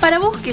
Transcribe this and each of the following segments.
Para vos que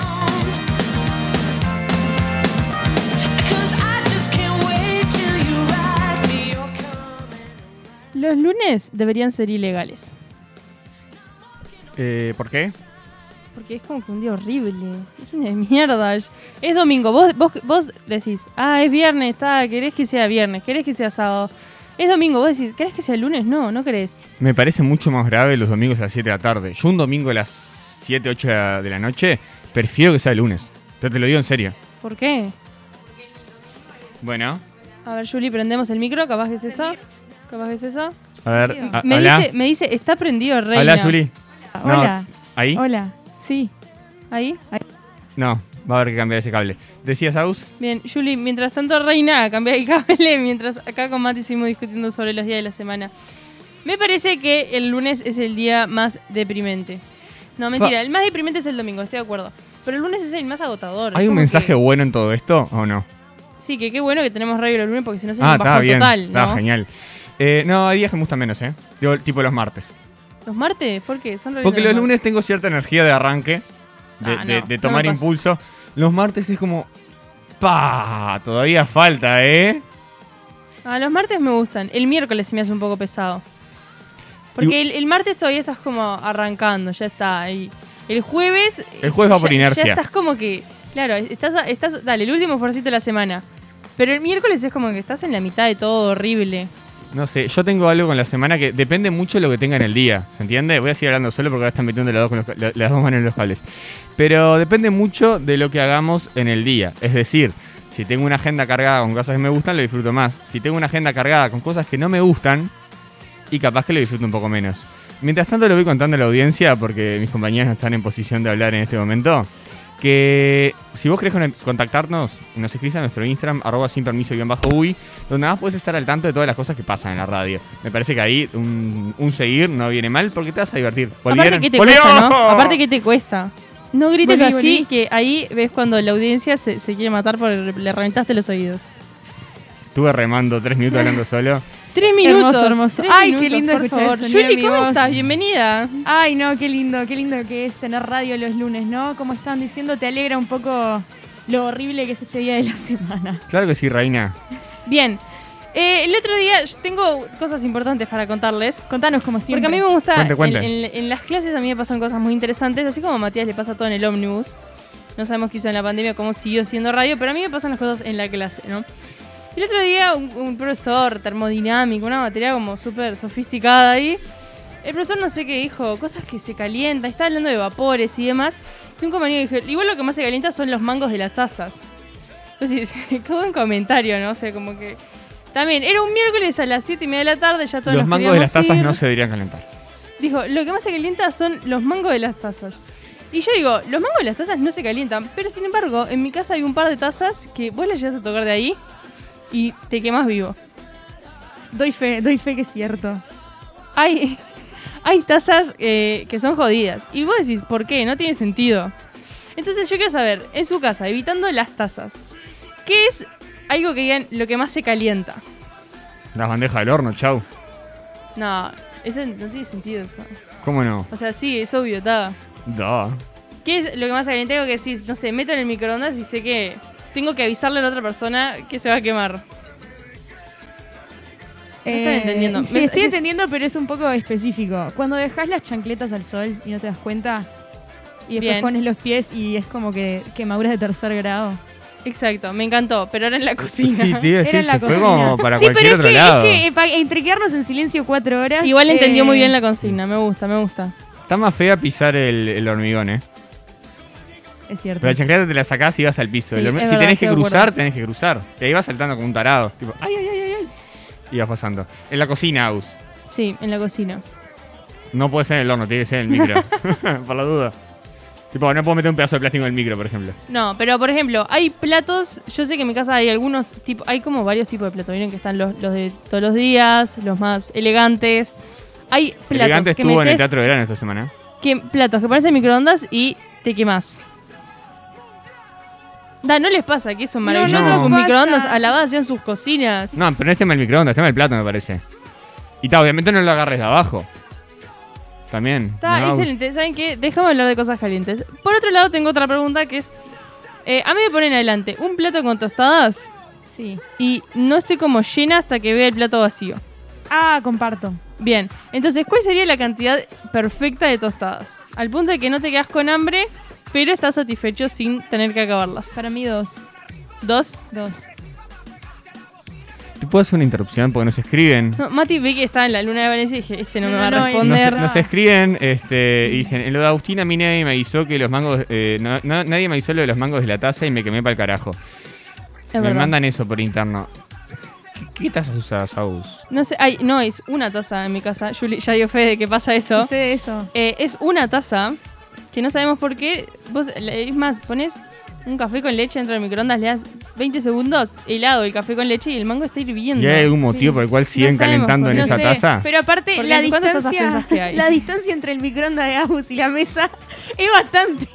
Los lunes deberían ser ilegales. Eh, ¿Por qué? Porque es como que un día horrible. Es una mierda. Es es domingo. Vos, vos, vos decís, ah, es viernes, está, querés que sea viernes, querés que sea sábado. Es domingo, vos decís, ¿querés que sea lunes? No, no querés. Me parece mucho más grave los domingos a las 7 de la tarde. Yo un domingo a las 7, 8 de la- de la noche prefiero que sea el lunes. Yo te lo digo en serio. ¿Por qué? Bueno, A ver, Julie, prendemos el micro, capaz que es eso. Capaz que es eso. a ver. a- Me Ah, hola. dice, me dice, está prendido reina. Ah, hola, Juli. No, Hola, ¿Ahí? hola. Sí, Ahí. No, va a haber que cambiar ese cable. ¿Decías, Aus? Bien, Juli, mientras tanto Reina cambia el cable, mientras acá con Mati seguimos discutiendo sobre los días de la semana. Me parece que el lunes es el día más deprimente. No, mentira, el más deprimente es el domingo, estoy de acuerdo. Pero el lunes es el más agotador. ¿Hay Es un como mensaje que- bueno en todo esto o no? sí, que qué bueno que tenemos radio los lunes porque si no se ah, nos está bien. total, está ¿no? genial. Eh, no, hay días que me gustan menos, ¿eh? Digo, tipo los martes. ¿Los martes? ¿Por qué? Son Porque los lunes tengo cierta energía de arranque, de, Ah, de- no, de no tomar me pasa. impulso. Los martes es como. ¡Pa! Todavía falta, ¿eh? A Ah, los martes me gustan. El miércoles se me hace un poco pesado. Porque el, el martes todavía estás como arrancando, ya está. Y el jueves. El jueves va por ya- inercia. Ya estás como que. Claro, estás, estás. Dale, el último esfuercito de la semana. Pero el miércoles es como que estás en la mitad de todo horrible. No sé, yo tengo algo con la semana que depende mucho de lo que tenga en el día, ¿se entiende? Voy a seguir hablando solo porque ahora están metiendo las dos, con los ca- la- las dos manos en los cables. Pero depende mucho de lo que hagamos en el día. Es decir, si tengo una agenda cargada con cosas que me gustan, lo disfruto más. Si tengo una agenda cargada con cosas que no me gustan, y capaz que lo disfruto un poco menos. Mientras tanto lo voy contando a la audiencia, porque mis compañeros no están en posición de hablar en este momento, que si vos querés con- contactarnos, nos escribís a nuestro Instagram, arroba sin permiso guión bajo uy, donde más puedes estar al tanto de todas las cosas que pasan en la radio. Me parece que ahí un, un seguir no viene mal, porque te vas a divertir. Aparte ¿Volvieron? que te ¡Volvió! cuesta, ¿no? Aparte que te cuesta. No grites Volví, así, volví. que ahí ves cuando la audiencia se, se quiere matar porque le reventaste los oídos. Estuve remando tres minutos hablando solo. Tres minutos. Hermoso, hermoso. tres Ay, qué minutos, lindo por escuchar el favor. sonido de Juli, mi ¿cómo voz. estás? Bienvenida. Ay, no, qué lindo, qué lindo que es tener radio los lunes, ¿no? Como están diciendo, te alegra un poco lo horrible que es este día de la semana. Claro que sí, Reina. Bien. Eh, el otro día yo tengo cosas importantes para contarles. Contanos como siempre. Porque a mí me gusta, Cuente, cuente. En, en- en las clases a mí me pasan cosas muy interesantes, así como a Matías le pasa todo en el ómnibus. No sabemos qué hizo en la pandemia, cómo siguió siendo radio, pero a mí me pasan las cosas en la clase, ¿no? El otro día un, un profesor termodinámico, una materia como súper sofisticada ahí, el profesor no sé qué dijo, cosas que se calientan, estaba hablando de vapores y demás, y un compañero dijo, igual lo que más se calienta son los mangos de las tazas. Entonces, qué buen comentario, ¿no? O sea, como que... También, era un miércoles a las 7 y media de la tarde, ya todos Los nos mangos de las queríamos tazas ir. no se deberían calentar. Dijo, lo que más se calienta son los mangos de las tazas. Y yo digo, los mangos de las tazas no se calientan, pero sin embargo, en mi casa hay un par de tazas que vos las llegas a tocar de ahí y te quemas vivo. Doy fe, doy fe que es cierto. Hay, hay tazas eh, que son jodidas. Y vos decís, ¿por qué? No tiene sentido. Entonces yo quiero saber, en su casa, evitando las tazas, ¿qué es algo que digan lo que más se calienta? Las bandejas del horno, chau. No, eso no tiene sentido. Eso. ¿Cómo no? O sea, sí, es obvio, estaba. Da. ¿Qué es lo que más caliente Tengo que decís? No sé, meto en el microondas y sé que tengo que avisarle a la otra persona que se va a quemar. No están entendiendo. Eh, Sí, Me- estoy es- entendiendo, pero es un poco específico. Cuando dejas las chancletas al sol y no te das cuenta, y después Bien. pones los pies y es como que quemaduras de tercer grado. Exacto, me encantó, pero ahora en la Sí, cocina. te iba a Era decir, en la se fue cocina. como para sí, cualquier pero otro es que, lado. es que eh, pa- entre quedarnos en silencio cuatro horas. Igual entendió eh, muy bien la consigna, me gusta, me gusta. Está más fea pisar el, el hormigón, ¿eh? Es cierto. Pero la chancleta te la sacás y vas al piso. Sí, El hormi- es si verdad, tenés que estoy de cruzar, acuerdo. tenés que cruzar. Y ahí vas saltando como un tarado. Tipo, ay, ay, ay, ay, ay. Y vas pasando. En la cocina, Aus. Sí, en la cocina. No puede ser en el horno, tiene que ser en el micro. Por la duda. Tipo, no puedo meter un pedazo de plástico en el micro, por ejemplo. No, pero por ejemplo, hay platos. Yo sé que en mi casa hay algunos tipos. Hay como varios tipos de platos. Miren que están los, los de todos los días, los más elegantes. Hay platos Elegante que estuvo en el metés- Teatro de Verano esta semana. que, platos que parecen microondas y te quemás. Da, no les pasa que son maravillosos no. sus Pasa. microondas alabados hacían sus cocinas. No, pero no es tema del microondas, es tema del plato, me parece. Y ta, obviamente no lo agarres de abajo. También. Está no, excelente. ¿Saben qué? Déjame hablar de cosas calientes. Por otro lado, tengo otra pregunta que es: eh, A mí me ponen adelante un plato con tostadas Sí. y no estoy como llena hasta que vea el plato vacío. Ah, comparto. Bien, entonces, ¿cuál sería la cantidad perfecta de tostadas? Al punto de que no te quedas con hambre, pero estás satisfecho sin tener que acabarlas. Para mí dos. Dos. Dos. ¿Tú puedes hacer una interrupción? Porque nos escriben. No, Mati vi que estaba en la luna de Valencia y dije, este no me va a No, no, Nos, responder. no. nos escriben este, y dicen, en lo de Agustina a mí nadie me avisó que los mangos... eh, no- no- nadie me avisó lo de los mangos de la taza y me quemé para el carajo. Es me verdad. mandan eso por interno. ¿Qué, qué tazas usas, Agus? No sé, ay, no, es una taza en mi casa. Juli, ya dio fe de que pasa eso. Sucede eso. Eh, es una taza que no sabemos por qué. Vos, le- es más, pones un café con leche dentro del microondas, le das 20 segundos, helado el café con leche y el mango está hirviendo. ¿Y hay algún motivo Sí. por el cual sabemos, siguen pues, calentando en no esa sé, taza? Pero aparte, Porque la ¿cuántas tazas distancia, pensás que hay? la distancia entre el microondas de Agus y la mesa es bastante.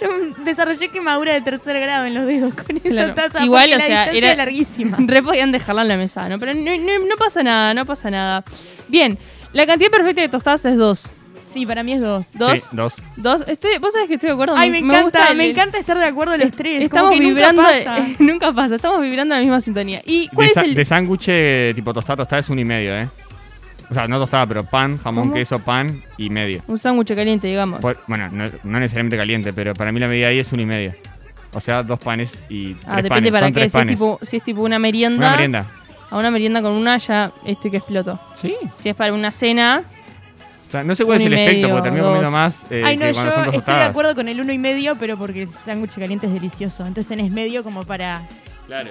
Yo desarrollé quemadura de tercer grado en los dedos con esa Claro. taza. Igual, porque o la sea, distancia era- es larguísima. Re podían dejarla en la mesa, ¿no? Pero no, no- no pasa nada, no pasa nada. Bien, la cantidad perfecta de tostadas es dos. Sí, para mí es dos. Dos. Sí, dos. Dos. Estoy, vos sabés que estoy de acuerdo. Ay, me, encanta, gusta el- me encanta estar de acuerdo los tres. Estamos como que vibrando. Nunca pasa. nunca pasa, estamos vibrando en la misma sintonía. ¿Y cuál de, es sa- el de sándwich eh, tipo tostada, tostada es un y medio, ¿eh? O sea, no tostada, pero pan, jamón, ¿Cómo? queso, pan y medio. Un sándwich caliente, digamos. Pues, bueno, no, no necesariamente caliente, pero para mí la medida ahí es un y medio. O sea, dos panes y tres ah, depende panes. para Son qué. tres Si es, panes. tipo, si es tipo una merienda, Una merienda. a una merienda con una ya estoy que exploto. Sí. Si es para una cena, O sea, no sé cuál Un es el y efecto, medio, porque termino comiendo dos. más eh, Ay, no, que cuando yo son dos estoy de tostadas. acuerdo con el uno y medio, pero porque el sándwich caliente es delicioso. Entonces tenés medio como para Claro.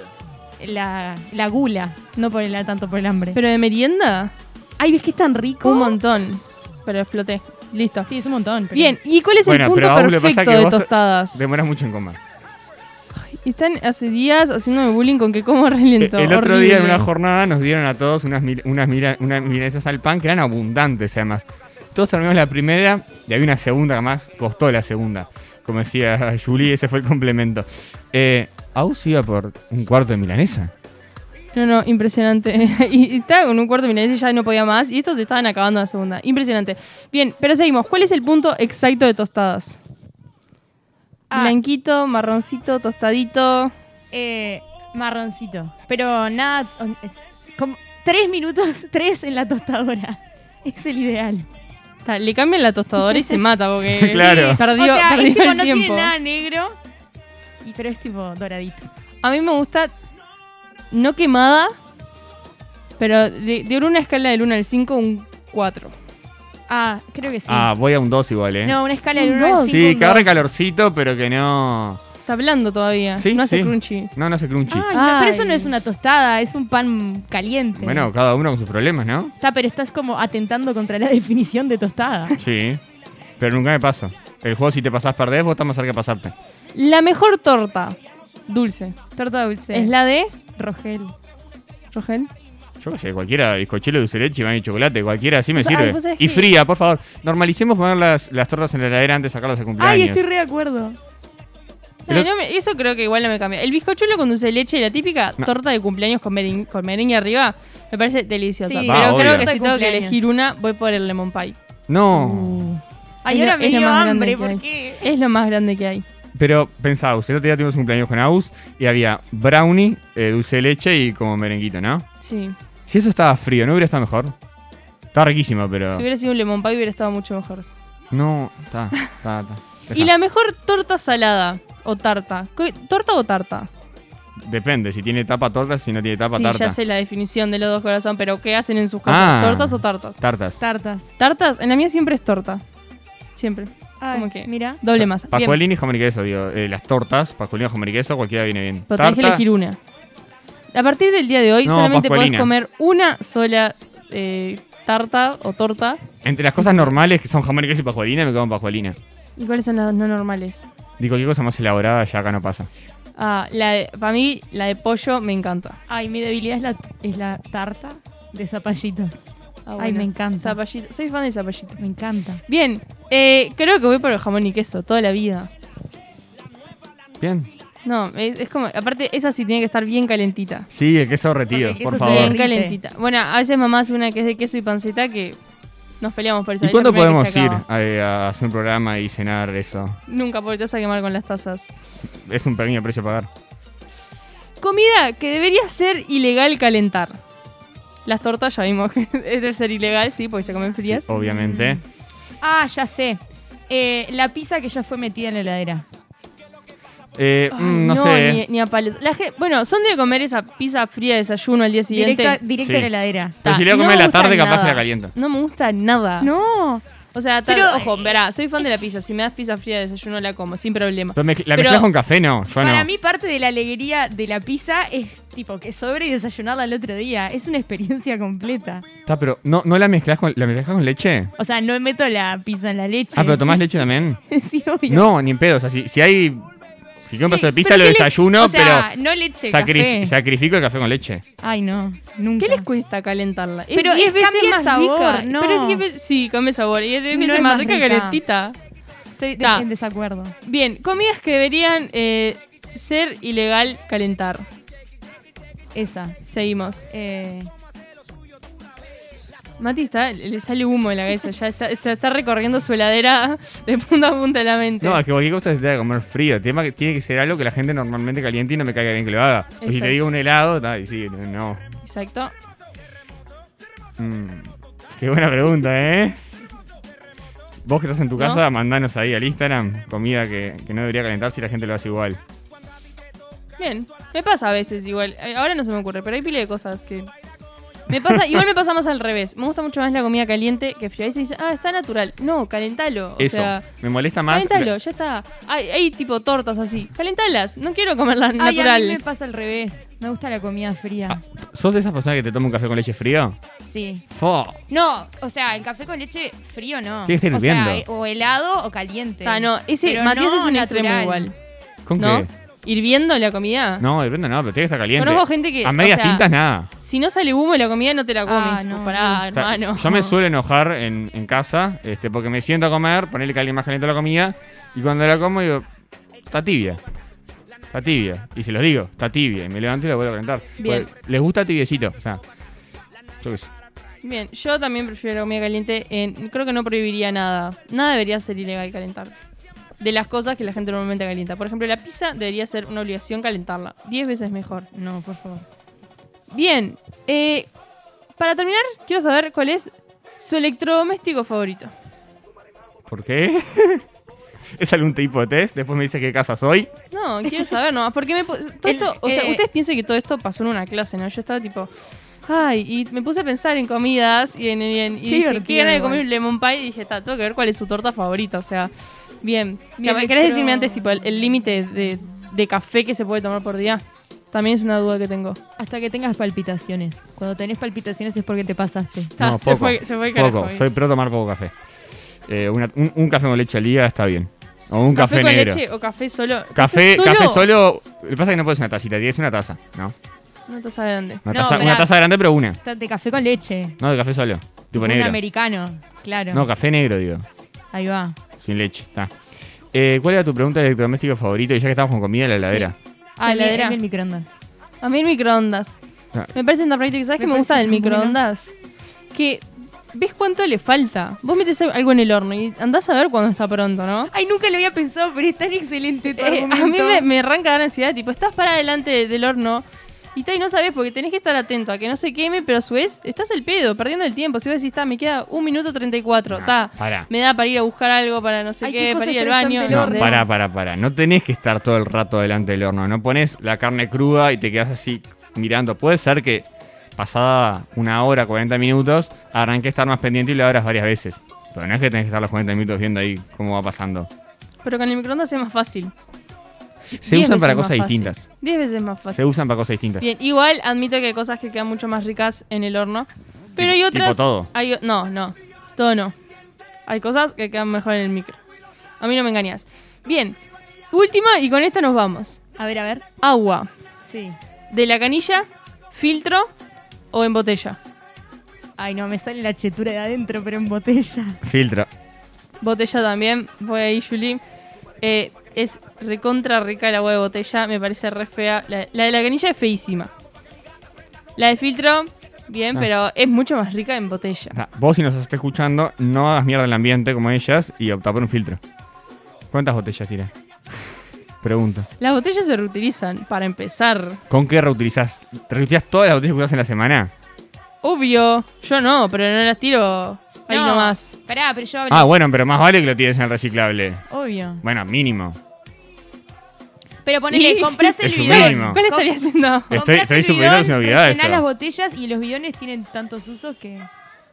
la, la gula, no por el, tanto por el hambre. pero de merienda, Ay, ¿ves que es tan rico? un montón. Pero exploté. Listo. Sí, es un montón. pero- Bien, ¿y cuál es Bueno, el punto pero a Agus le pasa perfecto que de vos te- tostadas? Demoras mucho en comer. Están hace días haciéndome bullying con que como Eh, relento. El otro día en horrible. una jornada nos dieron a todos unas, mil- unas, mira- unas milanesas al pan que eran abundantes además. Todos terminamos la primera y había una segunda que más costó la segunda. Como decía Julie, ese fue el complemento. Eh, Aus iba por un cuarto de milanesa. No, no, impresionante. y, y estaba con un cuarto de milanesa y ya no podía más. Y estos estaban acabando la segunda. Impresionante. Bien, pero seguimos. ¿Cuál es el punto exacto de tostadas? Ah, Blanquito, marroncito, tostadito. eh, marroncito. Pero nada. on- es- como tres minutos, tres en la tostadora. Es el ideal. Ta, Le cambian la tostadora y se mata porque Claro. perdió, o sea, perdió es tipo, el no tiempo. tiene nada negro. y- pero es tipo doradito. A mí me gusta no quemada, pero de, de una escala del 1 al 5, un 4. Ah, creo que sí. Ah, voy a un 2 igual, ¿eh? no, una escala un del 1 al dos. 5. sí, que agarre calorcito, pero que no... Está blando todavía. Sí, no hace sí. crunchy. Ah, No, no se crunchy. Ay, no, pero eso Ay. no es una tostada, es un pan caliente. bueno, cada uno con sus problemas, ¿no? Está, pero estás como atentando contra la definición de tostada. Sí. Pero nunca me pasa. El juego si te pasás perdés, vos estás más cerca de pasarte. La mejor torta dulce Torta dulce. es la de Rogel. Rogel. Yo qué sé, cualquiera, bizcochuelo de dulce de leche, van y chocolate, cualquiera, así me O sea, Pues, ay, sirve. vos sabés y que- fría, por favor. Normalicemos poner las, las tortas en la heladera antes de sacarlas de cumpleaños. Ay, estoy re de acuerdo. Ay, Pero- no me- eso creo que igual no me cambia. El bizcochuelo con dulce de leche, la típica No. torta de cumpleaños con, merengue, con merengue arriba, me parece deliciosa. Sí, Va, pero creo Ah, obvio. que torta de si tengo que cumpleaños. elegir una, voy por el lemon pie. No. Mm. Ay, Es lo- ahora me es lo dio más grande hambre, que hay. ¿por qué? Es lo más grande que hay. Pero pensá, Aus, el otro día tuvimos un cumpleaños con Aus y había brownie, eh, dulce de leche y como merenguito, ¿no? Sí. Si eso estaba frío, ¿no hubiera estado mejor? Estaba riquísimo, pero. Si hubiera sido un lemon pie, hubiera estado mucho mejor. No, está, está, está. Y la mejor torta salada o tarta. ¿Qué- ¿Torta o tarta? Depende, si tiene tapa torta, si no tiene tapa sí, tarta. ya sé la definición de los dos corazón, pero ¿qué hacen en sus casas? Ah. ¿Tortas o tartas? Tartas. Tartas. Tartas, en la mía siempre es torta. Siempre. Ay, ¿Cómo que? Mira. Doble masa. Bien. Pascualini, jamón y queso, digo. eh, las tortas, pascualini, jamón y queso, cualquiera viene bien. Pero tenés que elegir una. A partir del día de hoy No, solamente podés Pascualina. comer una sola eh, tarta o torta. Entre las cosas normales que son jamón y queso y pajuelina, me quedo con pajuelina. ¿Y cuáles son las no normales? Digo, qué cosa más elaborada ya acá no pasa. Ah, la de- para mí, la de pollo me encanta. Ay, mi debilidad es la, es la tarta de zapallito. Ah, Ay, bueno. me encanta. Zapallito. Soy fan de zapallito. Me encanta. Bien, eh, creo que voy por el jamón y queso toda la vida. Bien. No, es, es como, aparte, esa sí tiene que estar bien calentita. Sí, el queso retido, Porque el por queso favor. se Bien derrite. calentita. Bueno, a veces mamá hace una que es de queso y panceta que nos peleamos por esa. ¿Y Es la cuándo primera que podemos se ir acaba. a, a hacer un programa y cenar eso? Nunca, porque te vas a quemar con las tazas. Es un pequeño precio a pagar. Comida que debería ser ilegal calentar. Las tortas ya vimos que debe ser ilegal, sí, porque se comen Sí, frías. obviamente. Ah, ya sé. Eh, la pizza que ya fue metida en la heladera. Eh, Ay, mm, no, sé. Ni, ni a palos. La ge- bueno, son de comer esa pizza fría de desayuno al día siguiente. Directa, directa Sí. a la heladera. Pero Ta, si le voy no a comer me a la gusta tarde, capaz nada. que la caliento. No me gusta nada. No. O sea, tar- Pero- eh, ojo, verá, soy fan de la pizza. Si me das pizza fría de desayuno, la como, sin problema. Pero mezcl- ¿La Pero- mezclas con café? No, yo Para no. mí parte de la alegría de la pizza es tipo que sobre y desayunarla el otro día. Es una experiencia completa. Ta, pero ¿no, no la mezclas con, ¿la mezclas con leche? O sea, no meto la pizza en la leche. Ah, pero tomás leche también. sí, obvio. No, ni en pedo. O sea, si, si hay. Si quiero un pedazo de pizza, Pero lo ¿qué le- desayuno, o sea, no pero leche, sacri- café. sacrifico el café con leche. Ay, no, nunca. ¿Qué les cuesta calentarla? Es Pero 10 es- cambia el sabor, rica. no. Pero es 10 veces- sí, come sabor. Y es 10 No veces es más más rica, rica. calentita. Estoy de- Ta. en desacuerdo. Bien, comidas que deberían eh, ser ilegal calentar. Esa. Seguimos. Eh, Mati está, le sale humo de la cabeza, ya está, está, está recorriendo su heladera de punta a punta de la mente. No, es que cualquier cosa se debe comer frío. El tema que tiene que ser algo que la gente normalmente caliente y no me caiga bien que lo haga. Pues si te Exacto. digo un helado, ta, y sí, no. Exacto. Mm, qué buena pregunta, ¿eh? Vos que estás en tu ¿No? casa, mandanos ahí al Instagram comida que, que no debería calentar si la gente lo hace igual. Bien, me pasa a veces igual. Eh, Ahora no se me ocurre, pero hay pila de cosas que. Me pasa, igual me pasa más al revés. Me gusta mucho más la comida caliente que fría. Y se dice, ah, está natural. No, calentalo. O Eso, sea, me molesta más. calentalo, ya está. Hay, hay tipo tortas así. Calentalas, no quiero comerlas ay, a mí me natural. pasa al revés. Me gusta la comida fría. Ah. ¿Sos de esas personas que te toma un café con leche frío? Sí. Fo. No, o sea, el café con leche frío no. Tiene que ser o sea, hirviendo. eh, o helado o caliente. Ah, no, ese Pero Matías no es un natural. extremo igual. ¿Con ¿No? qué? Hirviendo la comida. No, depende, no, pero tiene que estar caliente. Conozco gente que. a o medias sea, tintas, nada. Si no sale humo de la comida, no te la comes. Ah, Tipo, no. Pará, O sea, hermano. Yo me suelo enojar en, en casa este, porque me siento a comer, ponerle que alguien más caliente la comida y cuando la como digo, está tibia. Está tibia. Y se los digo, está tibia. Y me levanto y la vuelvo a calentar. Bien. Porque Les gusta tibiecito. O sea, yo qué sé. Bien, yo también prefiero la comida caliente. en- creo que no prohibiría nada. Nada debería ser ilegal calentar. De las cosas que la gente normalmente calienta. Por ejemplo, la pizza debería ser una obligación calentarla. Diez veces mejor. No, por favor. Bien, eh, para terminar, quiero saber cuál es su electrodoméstico favorito. ¿Por qué? ¿Es algún tipo de test? Después me dice qué casa soy. No, quiero saber nomás. Porque me, pu- todo El- esto, o sea, eh, ustedes piensen que todo esto pasó en una clase, ¿no? Yo estaba tipo. Ay, y me puse a pensar en comidas y en. y en- y dije, qué divertido ganas de igual. comer un lemon pie. Y dije, está, tengo que ver cuál es su torta favorita. O sea, bien. Mi Capaz- ¿Querés electro- decirme antes, tipo, el el límite de, de café que se puede tomar por día? También es una duda que tengo. Hasta que tengas palpitaciones. Cuando tenés palpitaciones es porque te pasaste. Ta, No, Ah, se, poco, fue, se fue el carajo. Poco. eh. Soy pro tomar poco café. Eh, una- un, un café con leche al día está bien. O un café, ¿Café con negro. leche o café solo? Café, café solo. Lo que pasa es que no puedes una tacita, tienes una taza, ¿no? No te sabe dónde. Una, No, taza, mirá. una taza grande, pero una. Ta- De café con leche. No, de café solo. Tipo un negro. americano, claro. No, café negro, digo. Ahí va. Sin leche. Está. Eh, ¿Cuál era tu pregunta de electrodoméstico favorito? Y ya que estamos con comida en la heladera. Ah, la heladera. el microondas. A mí el microondas. Ah. Me parece tan práctico. ¿Sabes Me qué me gusta del parece muy bueno. microondas? Que ves cuánto le falta. Vos metes algo en el horno y andás a ver cuándo está pronto, ¿no? Ay, nunca lo había pensado, pero es tan excelente tu Eh, argumento. a mí me, me arranca la ansiedad. Tipo, estás para adelante del horno y, está, y no sabes porque tenés que estar atento a que no se queme, pero a su vez estás al pedo, perdiendo el tiempo. Si vos decís, está, me queda un minuto 34, está. Pará. Me da para ir a buscar algo, para no sé Ay, qué, qué cosa para ir al estresante baño. el No, horno. ¿entendés? pará, pará, pará. No tenés que estar todo el rato delante del horno. No pones la carne cruda y te quedas así mirando. Puede ser que pasada una hora, 40 minutos, arranque a estar más pendiente y lo abras varias veces. Pero no es que tenés que estar los 40 minutos viendo ahí cómo va pasando. Pero con el microondas es más fácil. Se Diez usan para veces más cosas fácil. distintas. Diez veces más fácil. Pues Se usan para cosas distintas. Bien, igual admito que hay cosas que quedan mucho más ricas en el horno. Pero hay Tipo- otras. tipo todo. hay o- no, no. Todo no. Hay cosas que quedan mejor en el micro. A mí no me engañas. Bien, última y con esta nos vamos. A ver, a ver. Agua, Sí. de la canilla, filtro o en botella. Ay, no, me sale la chetura de adentro, pero en botella. Filtro. Botella también, fue ahí Julie. Eh, es recontra rica el agua de botella, me parece re fea. La, la de la canilla es feísima. La de filtro, bien, Ah. pero es mucho más rica en botella. Ah, Vos, si nos estás escuchando, no hagas mierda el ambiente como ellas y opta por un filtro. ¿Cuántas botellas tiré? Pregunta. Las botellas se reutilizan, para empezar. ¿Con qué reutilizás? ¿Te ¿Reutilizás todas las botellas que usás en la semana? Obvio, yo no, pero no las tiro ahí no. nomás. Pará, pero yo hablo. Ah, bueno, pero más vale que lo tires en el reciclable. Obvio. Bueno, mínimo. Pero ponele, Y- compras el Es un bidón. mínimo. ¿Cuál estaría haciendo? Estoy- estoy suponiendo que se me olvidaba rellenás eso. las botellas y los bidones tienen tantos usos que.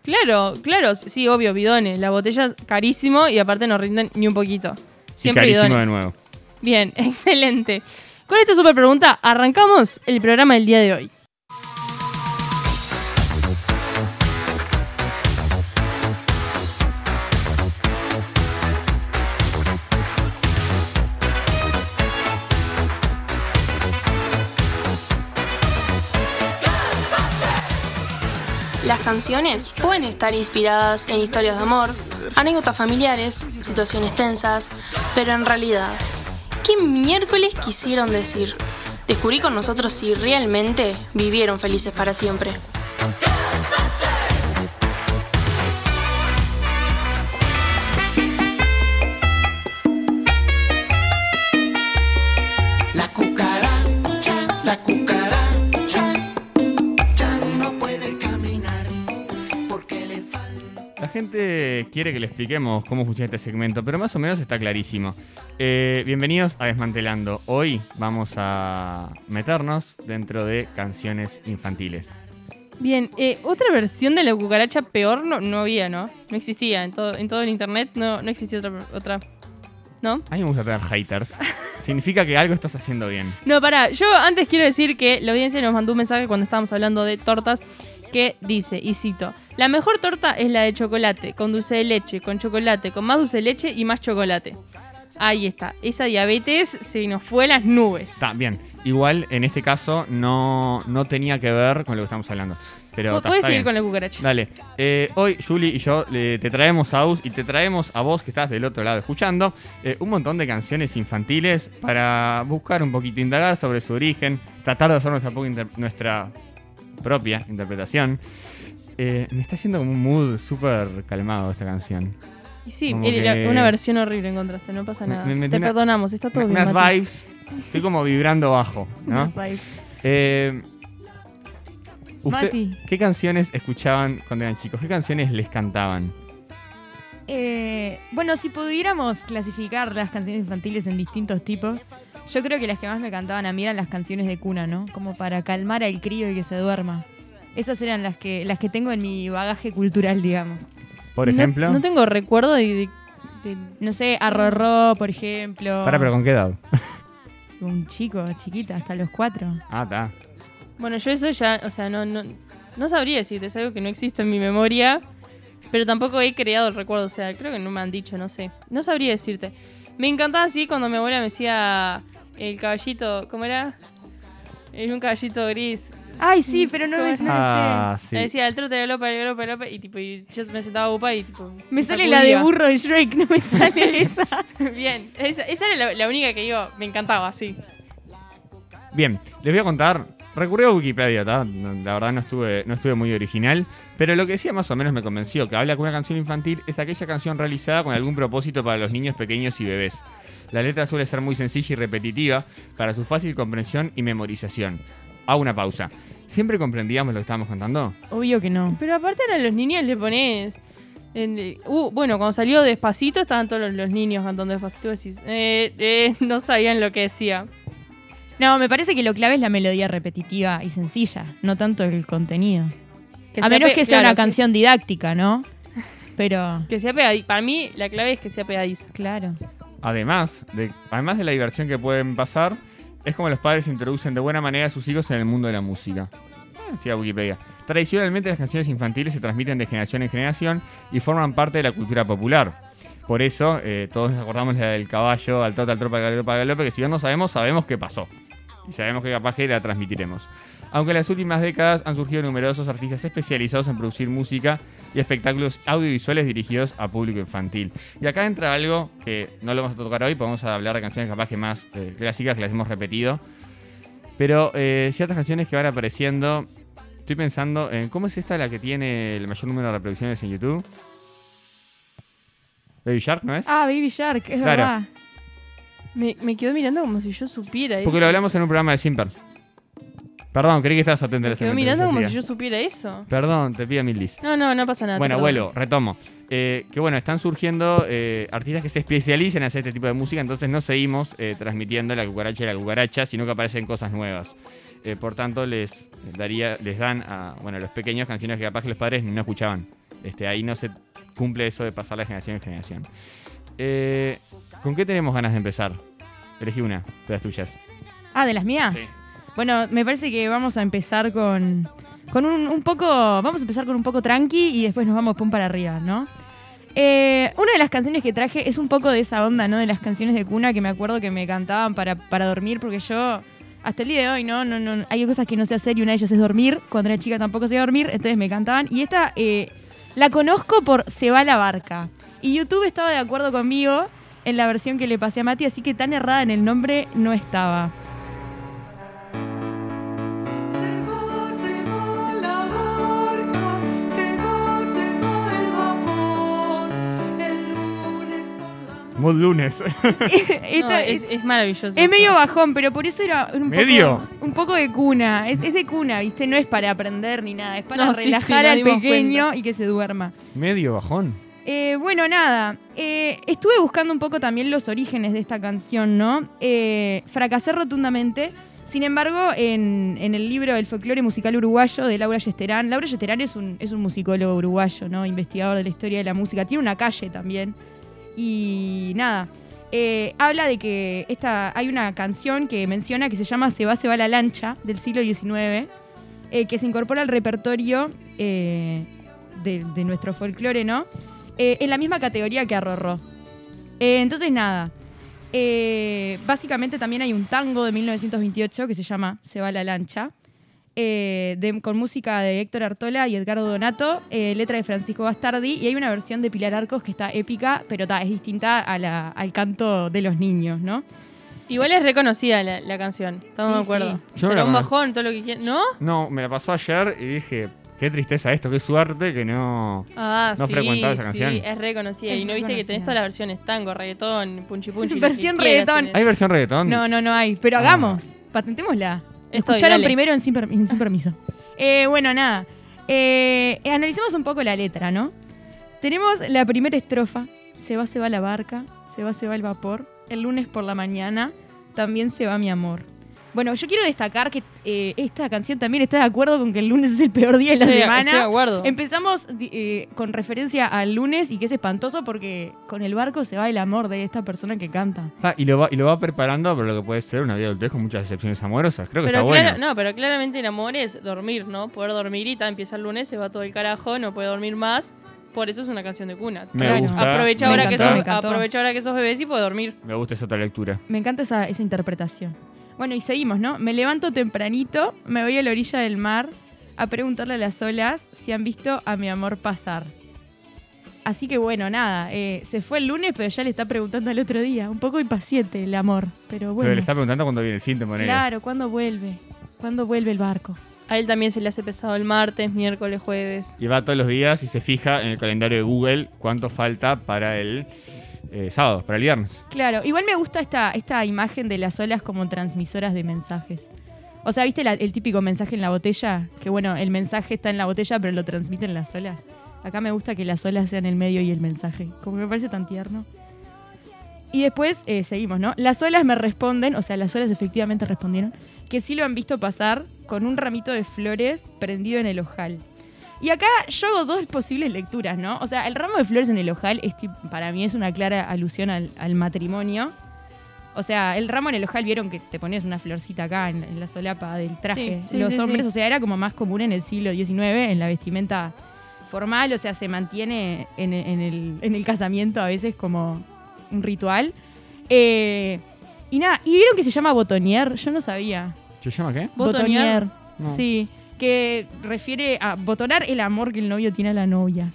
Claro, claro, sí, obvio, bidones. Las botellas carísimo y aparte no rinden ni un poquito. Siempre y carísimo bidones. de nuevo. Bien, excelente. Con esta super pregunta arrancamos el programa del día de hoy. Las canciones pueden estar inspiradas en historias de amor, anécdotas familiares, situaciones tensas, pero en realidad, ¿qué miércoles quisieron decir? Descubrí con nosotros si realmente vivieron felices para siempre. La cucaracha, la cucaracha, ya no puede caminar porque le falta. La gente quiere que le expliquemos cómo funciona este segmento, pero más o menos está clarísimo. Eh, bienvenidos a Desmantelando. Hoy vamos a meternos dentro de canciones infantiles. Bien, eh, otra versión de la cucaracha peor no, no había, ¿no? No existía. En todo, en todo el internet no, no existía otra, otra. ¿No? A mí me gusta tener haters. Significa que algo estás haciendo bien. No, pará. Yo antes quiero decir que la audiencia nos mandó un mensaje cuando estábamos hablando de tortas que dice, y cito, la mejor torta es la de chocolate, con dulce de leche, con chocolate, con más dulce de leche y más chocolate. Ahí está. Esa diabetes se nos fue a las nubes. Está bien. Igual en este caso no, no tenía que ver con lo que estamos hablando. Pero Pu- está- Puedes está seguir bien. con la cucaracha. Dale. Eh, hoy, Julie y yo eh, te traemos a vos y te traemos a vos que estás del otro lado escuchando eh, un montón de canciones infantiles para buscar un poquito, indagar sobre su origen, tratar de hacer nuestra, po- inter- nuestra propia interpretación. Eh, me está haciendo como un mood súper calmado esta canción. Y sí, Como era que- una versión horrible encontraste, no pasa Me- nada. me metí Te una- perdonamos, está todo bien. Unas Mati. vibes. Estoy como vibrando bajo, ¿no? unos vibes. Eh, usted- Mati. ¿Qué canciones escuchaban cuando eran chicos? ¿Qué canciones les cantaban? Eh, bueno, si pudiéramos clasificar las canciones infantiles en distintos tipos, yo creo que las que más me cantaban a mí eran las canciones de cuna, ¿no? Como para calmar al crío y que se duerma. Esas eran las que, las que tengo en mi bagaje cultural, digamos. Por No- ejemplo. No, tengo recuerdo de. de- de- No sé, a Rorró, por ejemplo. Pará, pero ¿con qué edad? Un chico, chiquita, hasta los cuatro. Ah, está. Bueno, yo eso ya, o sea, no, no, no sabría decirte, es algo que no existe en mi memoria, pero tampoco he creado el recuerdo, o sea, creo que no me han dicho, no sé. No sabría decirte. Me encantaba así cuando mi abuela me decía el caballito, ¿cómo era? Era un caballito gris. Ay, sí, pero no, me- no me Ah, sí. Me decía el trote de galopa, el galopa, el galopa, y tipo, y yo me sentaba upa y tipo. sé. Me sale la de sacudía. burro de Shrek, no me sale esa. Bien, esa, esa era la, la única que digo, me encantaba, sí. Bien, les voy a contar. Recurrí a Wikipedia, ¿tá? No, la verdad no estuve, no estuve muy original, pero lo que decía más o menos me convenció, que habla con una canción infantil es aquella canción realizada con algún propósito para los niños pequeños y bebés. La letra suele ser muy sencilla y repetitiva para su fácil comprensión y memorización. Hago una pausa. ¿Siempre comprendíamos lo que estábamos cantando? Obvio que no. Pero aparte a los niños le pones. en- uh, bueno, cuando salió Despacito estaban todos los, los niños cantando Despacito. y Decís, eh, eh, no sabían lo que decía. No, me parece que lo clave es la melodía repetitiva y sencilla, no tanto el contenido. Que a menos pe- que sea claro, una canción didáctica, ¿no? Pero, Que sea pegadiza. Para mí la clave es que sea pegadiza. claro. Además de, además de la diversión que pueden pasar, es como los padres introducen de buena manera a sus hijos en el mundo de la música. Ah, Estoy a Wikipedia. Tradicionalmente las canciones infantiles se transmiten de generación en generación y forman parte de la cultura popular. Por eso eh, todos nos acordamos la del caballo, al tota, al tropa, al galope, al galope, que si bien no sabemos, sabemos qué pasó. Y sabemos que capaz que la transmitiremos. Aunque en las últimas décadas han surgido numerosos artistas especializados en producir música y espectáculos audiovisuales dirigidos a público infantil. Y acá entra algo que no lo vamos a tocar hoy, podemos hablar de canciones capaz que más eh, clásicas, que las hemos repetido. Pero eh, ciertas canciones que van apareciendo, estoy pensando en cómo es esta la que tiene el mayor número de reproducciones en YouTube. Baby Shark, ¿no es? Ah, Baby Shark, es Claro. verdad. Me, me quedó mirando como si yo supiera eso. Porque lo hablamos en un programa de Simper. Perdón, creí que estabas atento a Me la quedó segmenta, mirando como Jessica. si yo supiera eso. Perdón, te pido mil dis. No, no, no pasa nada. Bueno, perdón. vuelvo, retomo. Eh, que bueno, están surgiendo eh, artistas que se especialicen en hacer este tipo de música, entonces no seguimos eh, transmitiendo la cucaracha y la cucaracha, sino que aparecen cosas nuevas. Eh, por tanto, les daría, les dan a bueno, a los pequeños canciones que capaz que los padres no escuchaban. Este, ahí no se cumple eso de pasar la generación en generación. Eh, ¿Con qué tenemos ganas de empezar? Elegí una de las tuyas. Ah, de las mías. Sí. Bueno, me parece que vamos a empezar con, con un, un poco. Vamos a empezar con un poco tranqui y después nos vamos pum para arriba, ¿no? Eh, una de las canciones que traje es un poco de esa onda, ¿no? De las canciones de cuna que me acuerdo que me cantaban para, para dormir, porque yo. Hasta el día de hoy, ¿no? No, no, hay cosas que no sé hacer y una de ellas es dormir. Cuando era chica tampoco sabía dormir, entonces me cantaban. Y esta eh, la conozco por Se va la barca. Y YouTube estaba de acuerdo conmigo en la versión que le pasé a Mati, así que tan errada en el nombre no estaba. Se va, se va la barca, se va, se va el vapor, el lunes por la Mood lunes. No, Esta- es, es, Este es maravilloso. es medio bajón, pero por eso era un ¿Medio? poco un poco de cuna. Es, es de cuna, ¿viste? No es para aprender ni nada, es para No, sí, sí, relajar nos al dimos pequeño y que se duerma. Medio bajón. Eh, bueno, nada. eh, estuve buscando un poco también los orígenes de esta canción, ¿no? Eh, fracasé rotundamente. Sin embargo, en, en el libro El folclore musical uruguayo de Laura Yesterán, Laura Yesterán es un, es un musicólogo uruguayo, ¿no? Investigador de la historia de la música. Tiene una calle también. Y nada. eh, habla de que esta, hay una canción que menciona que se llama Se va, se va la lancha, del siglo XIX, eh, que se incorpora al repertorio eh, de, de nuestro folclore, ¿no? eh, en la misma categoría que a Rorró. Eh, entonces, nada. Eh, básicamente también hay un tango de 1928 que se llama Se va la lancha, eh, de- con música de Héctor Artola y Edgardo Donato, eh, letra de Francisco Bastardi, y hay una versión de Pilar Arcos que está épica, pero ta, es distinta a la- al canto de los niños, ¿no? Igual es reconocida la, la canción. Estamos Sí, de acuerdo. sí. Yo Será la un conozco. bajón, todo lo que quieran. ¿No? No, me la pasó ayer y dije, qué tristeza esto, qué suerte que no... Ah, No sí. frecuentaba esa canción. Sí, es reconocida. Es y no viste que tenés reconocida. todas las versiones: tango, reggaetón, punchi punchi. lo Versión que quieras reggaetón. tenés. ¿Hay versión reggaetón? No, no, no hay. Pero Ah. hagamos. Patentémosla. Lo Estoy, escucharon dale. primero en sin, Permi- en Sin permiso. Eh, bueno, nada. Eh, eh, analicemos un poco la letra, ¿no? Tenemos la primera estrofa. Se va, se va la barca. Se va, se va el vapor. El lunes por la mañana. También se va mi amor. Bueno, yo quiero destacar que eh, esta canción también está de acuerdo con que el lunes es el peor día de la Estoy- semana. em- Estoy de acuerdo. Empezamos di- eh, con referencia al lunes y que es espantoso porque con el barco se va el amor de esta persona que canta. Ah, y, lo va, y lo va preparando para lo que puede ser una vida adultez con muchas decepciones amorosas. Creo que Pero, está claro- bueno. no, pero claramente el amor es dormir, ¿no? Poder dormir y ta, empieza el lunes, se va todo el carajo, no puede dormir más. Por eso es una canción de cuna. Me claro. gusta. Aprovecha, Me ahora encantó, me que sos, encantó. aprovecha ahora que sos bebés y puede dormir. Me gusta esa otra lectura. Me encanta esa, esa interpretación. Bueno, y seguimos, ¿no? Me levanto tempranito, me voy a la orilla del mar a preguntarle a las olas si han visto a mi amor pasar. Así que bueno, nada, eh, se fue el lunes, pero ya le está preguntando al otro día. Un poco impaciente el amor, pero bueno. Pero le está preguntando cuándo viene el fin de manera. claro, ¿cuándo vuelve? ¿Cuándo vuelve el barco? A él también se le hace pesado el martes, miércoles, jueves. Y va todos los días y se fija en el calendario de Google cuánto falta para el eh, sábado, para el viernes. Claro, igual me gusta esta, esta imagen de las olas como transmisoras de mensajes. O sea, ¿viste la- el típico mensaje en la botella? Que bueno, el mensaje está en la botella, pero lo transmiten las olas. Acá me gusta que las olas sean el medio y el mensaje. Como que me parece tan tierno. Y después eh, seguimos, ¿no? Las olas me responden, o sea, las olas efectivamente respondieron, que sí lo han visto pasar con un ramito de flores prendido en el ojal. Y acá yo hago dos posibles lecturas, ¿no? O sea, el ramo de flores en el ojal es, tip- para mí es una clara alusión al, al matrimonio. O sea, el ramo en el ojal vieron que te ponías una florcita acá en, en la solapa del traje. Sí, sí, Los sí, hombres, sí. o sea, era como más común en el siglo XIX, en la vestimenta formal, o sea, se mantiene en, en el, en el casamiento a veces como un ritual. Eh, y nada, ¿y vieron que se llama botonier? Yo no sabía. ¿Se llama qué? ¿Botonier? No. Sí, que refiere a botonar el amor que el novio tiene a la novia.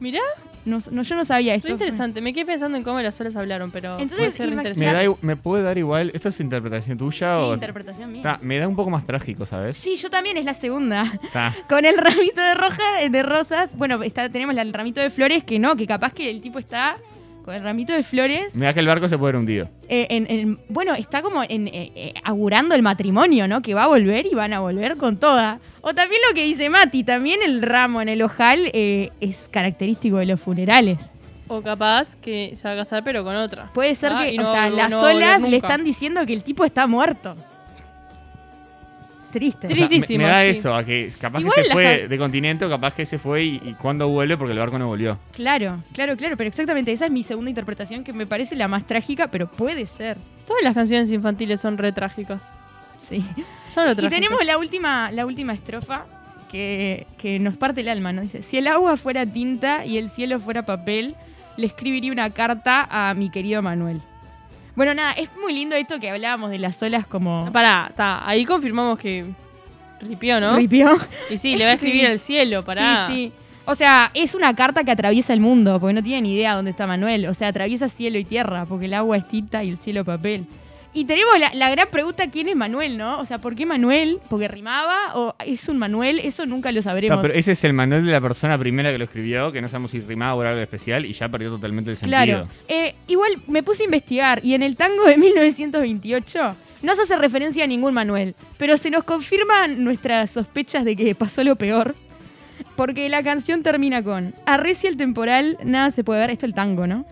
Mirá, No, no, yo no sabía esto. re interesante. Me quedé pensando en cómo las olas hablaron, pero. Entonces, puede ser re imagina- Me, interesante. da, igu- me puede dar igual. ¿Esto es interpretación tuya Sí, o.? interpretación mía. Ta, me da un poco más trágico, ¿sabes? Sí, yo también es la segunda. Ta. Con el ramito de roja, eh, de rosas. Bueno, está, tenemos la- el ramito de flores que no, que capaz que el tipo está con el ramito de flores. Me da que el barco se puede haber hundido. eh, en- en- bueno, está como en, eh, eh, augurando el matrimonio, ¿no? Que va a volver y van a volver con toda. O también lo que dice Mati, también el ramo en el ojal eh, es característico de los funerales. O capaz que se va a casar, pero con otra. Puede ser Ah, que, y no- o sea, no- las no va a volver olas le nunca. están diciendo que el tipo está muerto. Triste. O sea, me- Tristísimo, me, da sí. eso, a que capaz Igual que se la- fue de continente, o capaz que se fue y, y cuándo vuelve porque el barco no volvió. Claro, claro, claro, pero exactamente esa es mi segunda interpretación que me parece la más trágica, pero puede ser. Todas las canciones infantiles son re trágicas. Sí. Solo Y trágicas. tenemos la última, la última estrofa que, que nos parte el alma, ¿no? Dice, si el agua fuera tinta y el cielo fuera papel, le escribiría una carta a mi querido Manuel. Bueno, nada, es muy lindo esto que hablábamos de las olas como... Pará, ta, ahí confirmamos que. Ripió, ¿no? Ripió. Y sí, le va a escribir Sí. al cielo, pará. Sí, sí. O sea, es una carta que atraviesa el mundo, porque no tienen idea dónde está Manuel. O sea, atraviesa cielo y tierra, porque el agua es tinta y el cielo papel. Y tenemos la, la gran pregunta, ¿quién es Manuel, no? O sea, ¿por qué Manuel? ¿Porque rimaba? ¿O es un Manuel? Eso nunca lo Ta, sabremos. pero ese es el manual de la persona primera que lo escribió, que no sabemos si rimaba o era algo especial, y ya perdió totalmente el sentido. Claro. Eh, igual me puse a investigar y en el tango de 1928 no se hace referencia a ningún Manuel, pero se nos confirman nuestras sospechas de que pasó lo peor. Porque la canción termina con Arrecia el temporal, nada se puede ver, esto el tango, ¿no?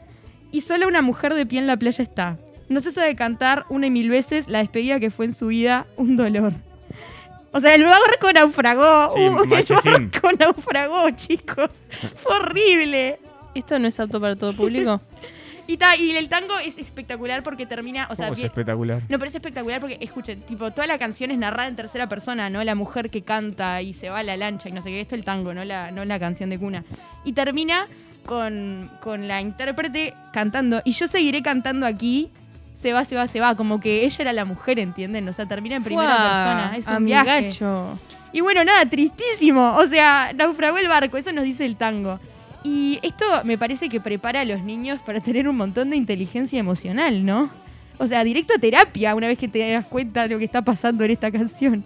Y solo una mujer de pie en la playa está. No cesa de cantar una y mil veces la despedida que fue en su vida un dolor. O sea, el barco naufragó. Sí, Uh, el machecín. barco naufragó, chicos. Fue horrible. Esto no es apto para todo público. Y, ta- y el tango es espectacular porque termina, o sea, Oh, es bien- espectacular. no, pero es espectacular porque, escuchen, tipo, toda la canción es narrada en tercera persona, ¿no? La mujer que canta y se va a la lancha y no sé qué, esto es el tango, no la, no la canción de cuna. Y termina con, con la intérprete cantando, y yo seguiré cantando aquí, se va, se va, se va, como que ella era la mujer, ¿entienden? O sea, termina en primera persona, es un viaje. gacho. Y bueno, nada, tristísimo. O sea, naufragó el barco, eso nos dice el tango. Y esto me parece que prepara a los niños para tener un montón de inteligencia emocional, ¿no? O sea, directo a terapia una vez que te das cuenta de lo que está pasando en esta canción.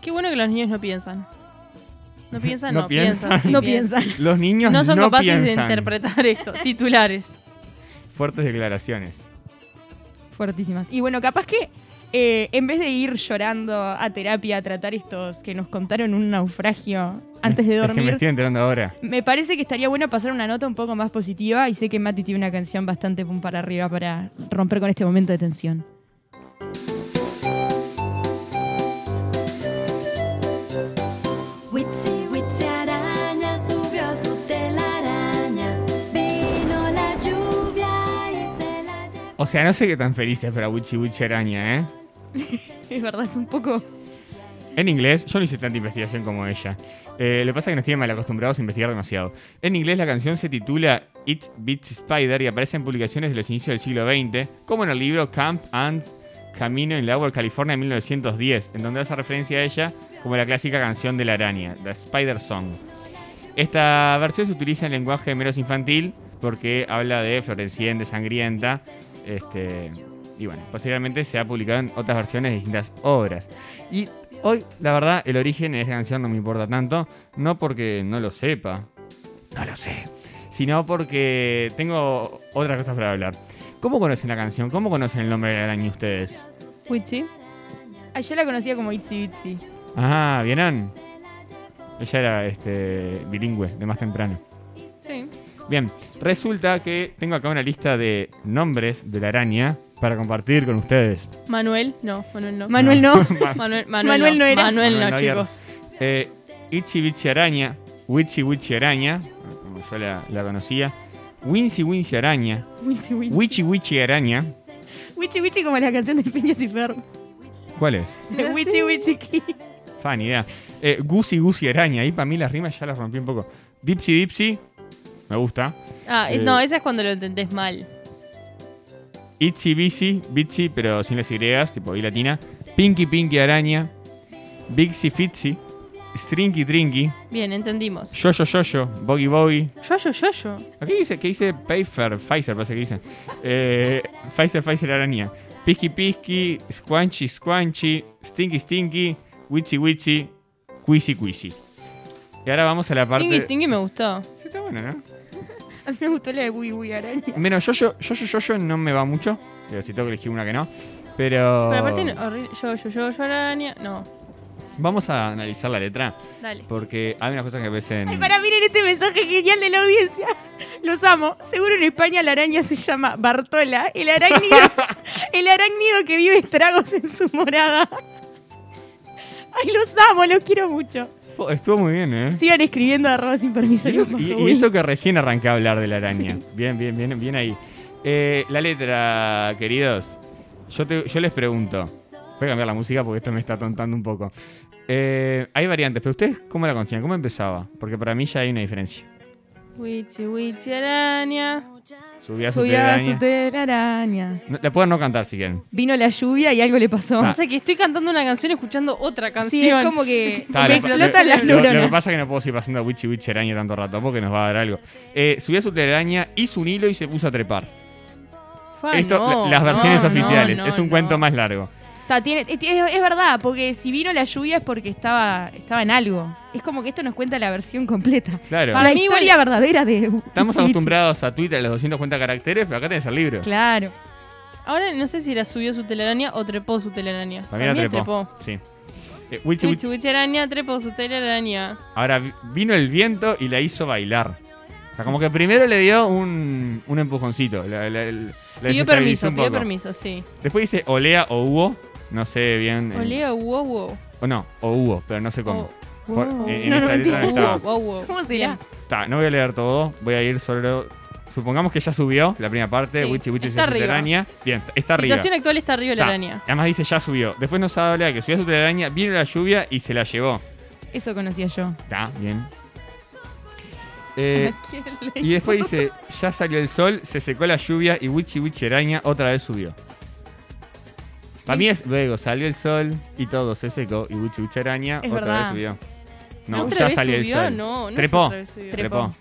Qué bueno que los niños no piensan. No piensan, no, No piensan. piensan. sí No piensan. piensan. Los niños No son capaces de piensan. interpretar esto. Titulares. Fuertes declaraciones. Fuertísimas. Y bueno, capaz que eh, en vez de ir llorando a terapia a tratar estos que nos contaron un naufragio antes de Es que me dormir, estoy enterando ahora. Me parece que estaría bueno pasar una nota un poco más positiva y sé que Mati tiene una canción bastante pum para arriba para romper con este momento de tensión. Witsi, witsi araña subió a su telaraña. Vino la lluvia y se la llevó. O sea, no sé qué tan felices para Wichi Wichi Araña, ¿eh? Es verdad, es un poco... En inglés, yo no hice tanta investigación como ella. Eh, lo que pasa es que nos tienen mal acostumbrados a investigar demasiado. En inglés la canción se titula It Beats Spider y aparece en publicaciones de los inicios del siglo XX, como en el libro Camp and Camino en Lower California en 1910, en donde hace referencia a ella como la clásica canción de la araña, The Spider Song. Esta versión se utiliza en lenguaje menos infantil porque habla de floreciente, sangrienta, este, y bueno, posteriormente se ha publicado en otras versiones de distintas obras. Y hoy, la verdad, el origen de esta canción no me importa tanto, no porque no lo sepa, no lo sé, sino porque tengo otras cosas para hablar. ¿Cómo conocen la canción? ¿Cómo conocen el nombre de la araña ustedes? Wichi. Ah, yo la conocía como Itzy Itzy. Ah, ¿vieron? Ella era este, bilingüe, de más temprano. Sí. Bien, resulta que tengo acá una lista de nombres de la araña para compartir con ustedes. Manuel, no, Manuel no. Manuel no. Manuel, Manuel no era. Manuel no, Manuel no era. chicos. Eh, Itchy Bitchy Araña, Witchy Witchy Araña, como yo la, la conocía, Wincy Wincy Araña, Witchy Witchy. Witchy Witchy Araña. Witchy Witchy como la canción de Piñas y Ferb. Ah, ¿Cuál es? Witchy Witchy Kid. Fan idea. Eh, Guzzi, Guzzi, araña. Ahí para mí las rimas ya las rompí un poco. Dipsy, Dipsy. Me gusta. Ah, es- Eh. no, esa es cuando lo entendés mal. Itsy, Bitsy, Bitsy, pero sin las Y, tipo I latina. Pinky, Pinky, araña. Bixi, Fitzy. Stringy, Dringy. Bien, entendimos. Yo, yo, yo, yo. Boggy, Boggy. Yo, yo, yo, yo. Aquí dice, ¿qué dice Pfeiffer? Pfizer, parece que dice. Eh, Pfizer, Pfizer, araña. Pisky, Pisky, Squanchy, Squanchy, Stinky, Stinky, Witchy, Witchy, Quizzy, Quizzy. Y ahora vamos a la parte... Stingy Stingy me gustó. Sí, está bueno, ¿no? A mí me gustó la de Wii Wii Araña. Menos yo, yo, yo, yo, yo, yo no me va mucho. Pero si tengo que elegir una que no. Pero... Pero aparte, horrible. yo, yo, yo, yo, araña. No, Vamos a analizar la letra. dale. Porque hay unas cosas que parecen... Ay, para miren este mensaje genial de la audiencia. Los amo. Seguro en España la araña se llama Bartola, el arácnido, el arácnido que vive estragos en su morada. Ay, los amo, los quiero mucho. Oh, Estuvo muy bien, ¿eh? Sigan escribiendo arroba sin permiso. Y eso, grupo y- y Wii. eso que recién arranqué a hablar de la araña. Bien, bien, bien, bien ahí. Eh, la letra, queridos. Yo, te- yo les pregunto. Voy a cambiar la música porque esto me está tontando un poco. Eh, hay variantes, pero ustedes, ¿cómo la consiguen? ¿Cómo empezaba? Porque para mí ya hay una diferencia. Wichi, wichi, araña. Ah. Subía su Subía telaraña. su telaraña. No- la pueden no cantar si quieren. Vino la lluvia y algo le pasó. Ah. O sea que estoy cantando una canción escuchando otra canción. Sí, es como que Está, me lo- explotan lo- las lo- neuronas. Lo, que pasa es que no puedo seguir pasando a Witchy Witch araña tanto rato porque nos va a dar algo. Eh, subía su telaraña, hizo un hilo y se puso a trepar. Fa, Esto, Ah, no, la- las no, versiones no, oficiales. no, es un no. cuento más largo. Está, tiene- es, es- es verdad, porque si vino la lluvia es porque estaba, estaba en algo. Es como que esto nos cuenta la versión completa. Claro. Para la mí, historia verdadera de. Estamos Wichi. acostumbrados a Twitter, a los 250 caracteres, pero acá tenés el libro. Claro. Ahora no sé si la subió su telaraña o trepó su telaraña. Para mí la la trepó. Sí. Eh, Wichi, Wichi, Wichi. wichi, araña, trepó su telaraña. Ahora vi- vino el viento y la hizo bailar. O sea, como que primero le dio un, un empujoncito. La, la- la- la Pidió desestabilizó permiso, un pidió poco. permiso, sí. Después dice olea o hubo. No sé bien. eh, Olea, wow, wow. o no, o hubo, pero no sé Oh, cómo. Por- eh, Wow. en- en No, esta letra no entiendo. no Wow, estaba. wow, wow. ¿Cómo será? Bien. Ta, no voy a leer todo, voy a ir solo. Supongamos que ya subió la primera parte. Sí, Wichi Wichi está se hace arriba. telaraña. Bien, está arriba. Situación actual está arriba la Ta. araña. Además dice ya subió. Después nos habla de que subió su telaraña, vino la lluvia y se la llevó. Eso conocía yo. Está bien. Eh, ¿A quién le- y después dice, ya salió el sol, se secó la lluvia y Wichi Wichi araña otra vez subió. Para mí es luego, salió el sol y todo se secó y Wichi Wichi araña Es otra verdad. vez subió. No, ¿Otra ya vez salió subió? el sol. No, no Trepó. es otra vez subió. Trepó.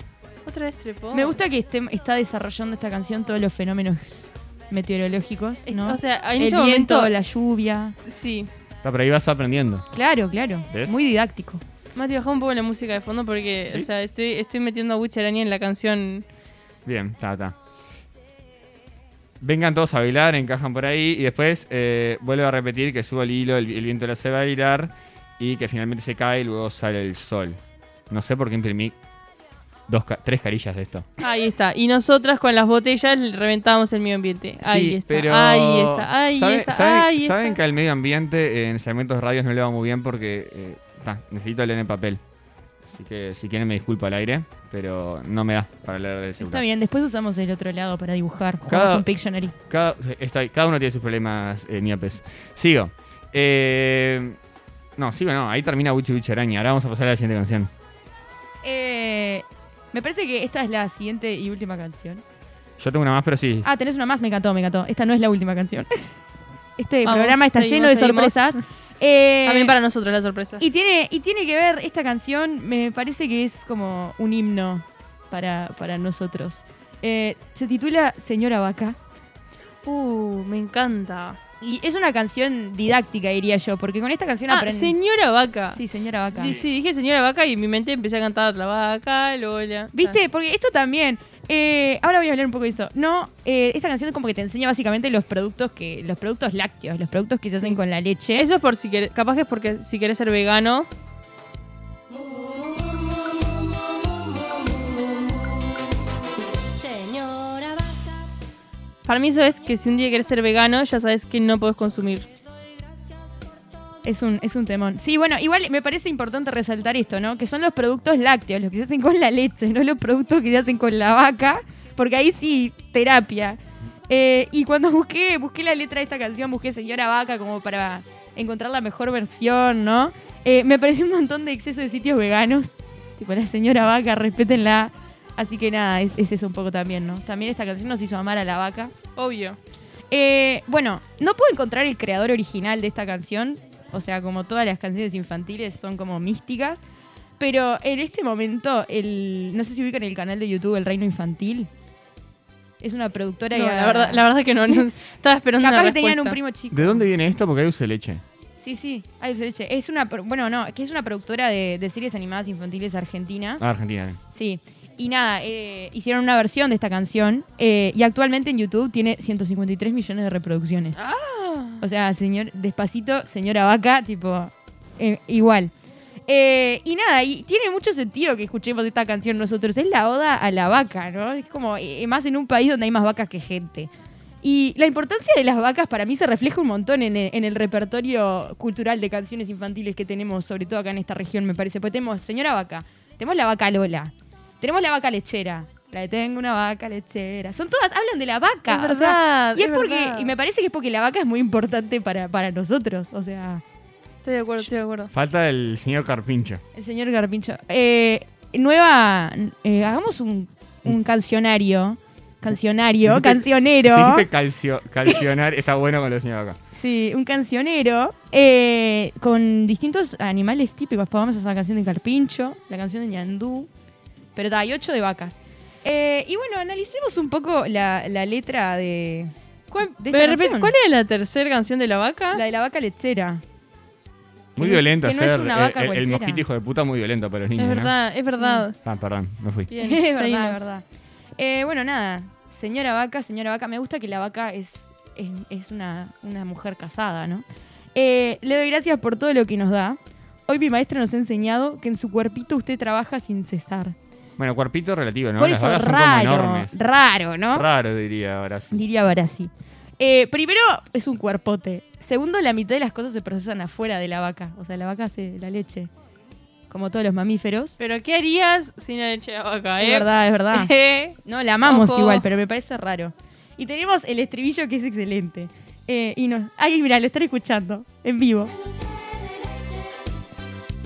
Otra vez trepó. Me gusta que esté, está desarrollando esta canción todos los fenómenos meteorológicos, Es- ¿no? O sea, en el este viento, momento... la lluvia. Sí. Está, pero ahí vas aprendiendo. Claro, claro. ¿Ves? Muy didáctico. Mati, bajá un poco la música de fondo porque, ¿Sí? o sea, estoy, estoy metiendo a Witch Araña en la canción. Bien, está, está. Vengan todos a bailar, encajan por ahí y después eh, vuelve a repetir que sube el hilo, el, el viento lo hace bailar y que finalmente se cae y luego sale el sol. No sé por qué imprimí dos, ca- tres carillas de esto. Ahí está. Y nosotras con las botellas reventábamos el medio ambiente. Ahí Sí, está. pero Ahí está. Ahí ¿saben- está. saben- ahí está. Saben que al medio ambiente eh, en segmentos radios no le va muy bien porque eh, ta, necesito leer en papel. Así que si quieren me disculpo al aire, pero no me da para leer el celular. Está bien, después usamos el otro lado para dibujar. Jugamos Cada- un Pictionary. Cada, está ahí, cada uno tiene sus problemas eh, miopes. Sigo. Eh, no, sigo no. Ahí termina Wichi Wichi Araña. Ahora vamos a pasar a la siguiente canción. Eh, me parece que esta es la siguiente y última canción. Yo tengo una más, pero sí. Ah, tenés una más, me encantó, me encantó. Esta no es la última canción. Este Vamos, programa está seguimos, lleno de seguimos. sorpresas. Eh, También para nosotros la sorpresa. Y tiene, y tiene que ver, esta canción me parece que es como un himno para, para nosotros. Eh, se titula Señora Vaca. Uh, me encanta. Y es una canción didáctica, diría yo, porque con esta canción Ah, aprenden- señora vaca. Sí, Señora Vaca. Sí, sí, dije señora vaca y en mi mente empecé a cantar la vaca, Lola. ¿Viste? Porque esto también. eh, ahora voy a hablar un poco de eso. No, eh, esta canción como que te enseña básicamente los productos que. los productos lácteos, los productos que se hacen con la leche. Eso es por si querés, capaz que es porque si querés ser vegano. Señora vaca, Para mí eso es que si un día querés ser vegano, ya sabes que no podés consumir. Es un, es un temón. Sí, bueno, igual me parece importante resaltar esto, ¿no? Que son los productos lácteos, los que se hacen con la leche, no los productos que se hacen con la vaca, porque ahí sí, terapia. Eh, y cuando busqué, busqué la letra de esta canción, busqué Señora Vaca como para encontrar la mejor versión, ¿no? Eh, me pareció un montón de exceso de sitios veganos. Tipo, la señora vaca, respétenla. Así que nada, es, es eso un poco también, ¿no? También esta canción nos hizo amar a la vaca. Obvio. Eh, bueno, no puedo encontrar el creador original de esta canción. O sea, como todas las canciones infantiles son como místicas. Pero en este momento, el, no sé si ubican el canal de YouTube El Reino Infantil. Es una productora No, y la, verdad, la verdad que no, no- Estaba esperando capaz una que tenían un respuesta. primo chico. ¿De dónde viene esto? Porque hay uso de leche. Sí, sí, Ay, dulce de leche. Es una, pro- bueno, no, que es una productora de, de series animadas infantiles argentinas. Ah, Argentina. eh. Sí. Y nada, eh, hicieron una versión de esta canción eh, y actualmente en YouTube tiene 153 millones de reproducciones. Ah. O sea, señor, despacito, señora vaca, tipo, eh, igual. Eh, y nada, y tiene mucho sentido que escuchemos esta canción nosotros. Es la oda a la vaca, ¿no? Es como, eh, más en un país donde hay más vacas que gente. Y la importancia de las vacas para mí se refleja un montón en el, en el repertorio cultural de canciones infantiles que tenemos, sobre todo acá en esta región, me parece. Porque tenemos Señora Vaca, tenemos la vaca Lola, tenemos la vaca lechera, la de Tengo una vaca lechera. Son todas, hablan de la vaca. Es o sea, verdad, y Ah, es, es porque, verdad. y me parece que es porque la vaca es muy importante para, para nosotros. O sea, Estoy de acuerdo, estoy de acuerdo. Falta el señor Carpincho. el señor Garpincho. Eh, nueva, eh, hagamos un, un cancionario. Cancionario, Si cancionero. dijiste calcio, calcionar, está bueno con la señora vaca. Sí, un cancionero eh, con distintos animales típicos. Podemos hacer la canción de Carpincho, la canción de Ñandú, pero da, hay ocho de vacas. Eh, y bueno, analicemos un poco la, la letra de, de esta Pero de repente, canción. ¿Cuál es la tercera canción de la vaca? La de la vaca lechera. Muy Que no es- violento que no es hacer. una eh, vaca el- el, cualquiera. mosquito hijo de puta muy violento para los niños. es ¿no? verdad, es verdad. Ah, perdón, me fui. Bien, es verdad, seguimos. es verdad. Eh, bueno, nada. Señora vaca, señora vaca. Me gusta que la vaca es, es, es una, una mujer casada, ¿no? Eh, le doy gracias por todo lo que nos da. Hoy mi maestra nos ha enseñado que en su cuerpito usted trabaja sin cesar. Bueno, cuerpito relativo, ¿no? por Las eso, vacas son como raro. enormes. Raro, ¿no? Raro, diría ahora sí. Diría ahora sí. Eh, primero, es un cuerpote. Segundo, la mitad de las cosas se procesan afuera de la vaca. O sea, la vaca hace la leche. Como todos los mamíferos. Pero ¿qué harías sin la leche de la vaca? Es eh? verdad, es verdad. Eh, No, la amamos Ojo. igual, pero me parece raro. Y tenemos el estribillo que es excelente. Eh, y no. Ay, mira, lo están escuchando en vivo. dulce de leche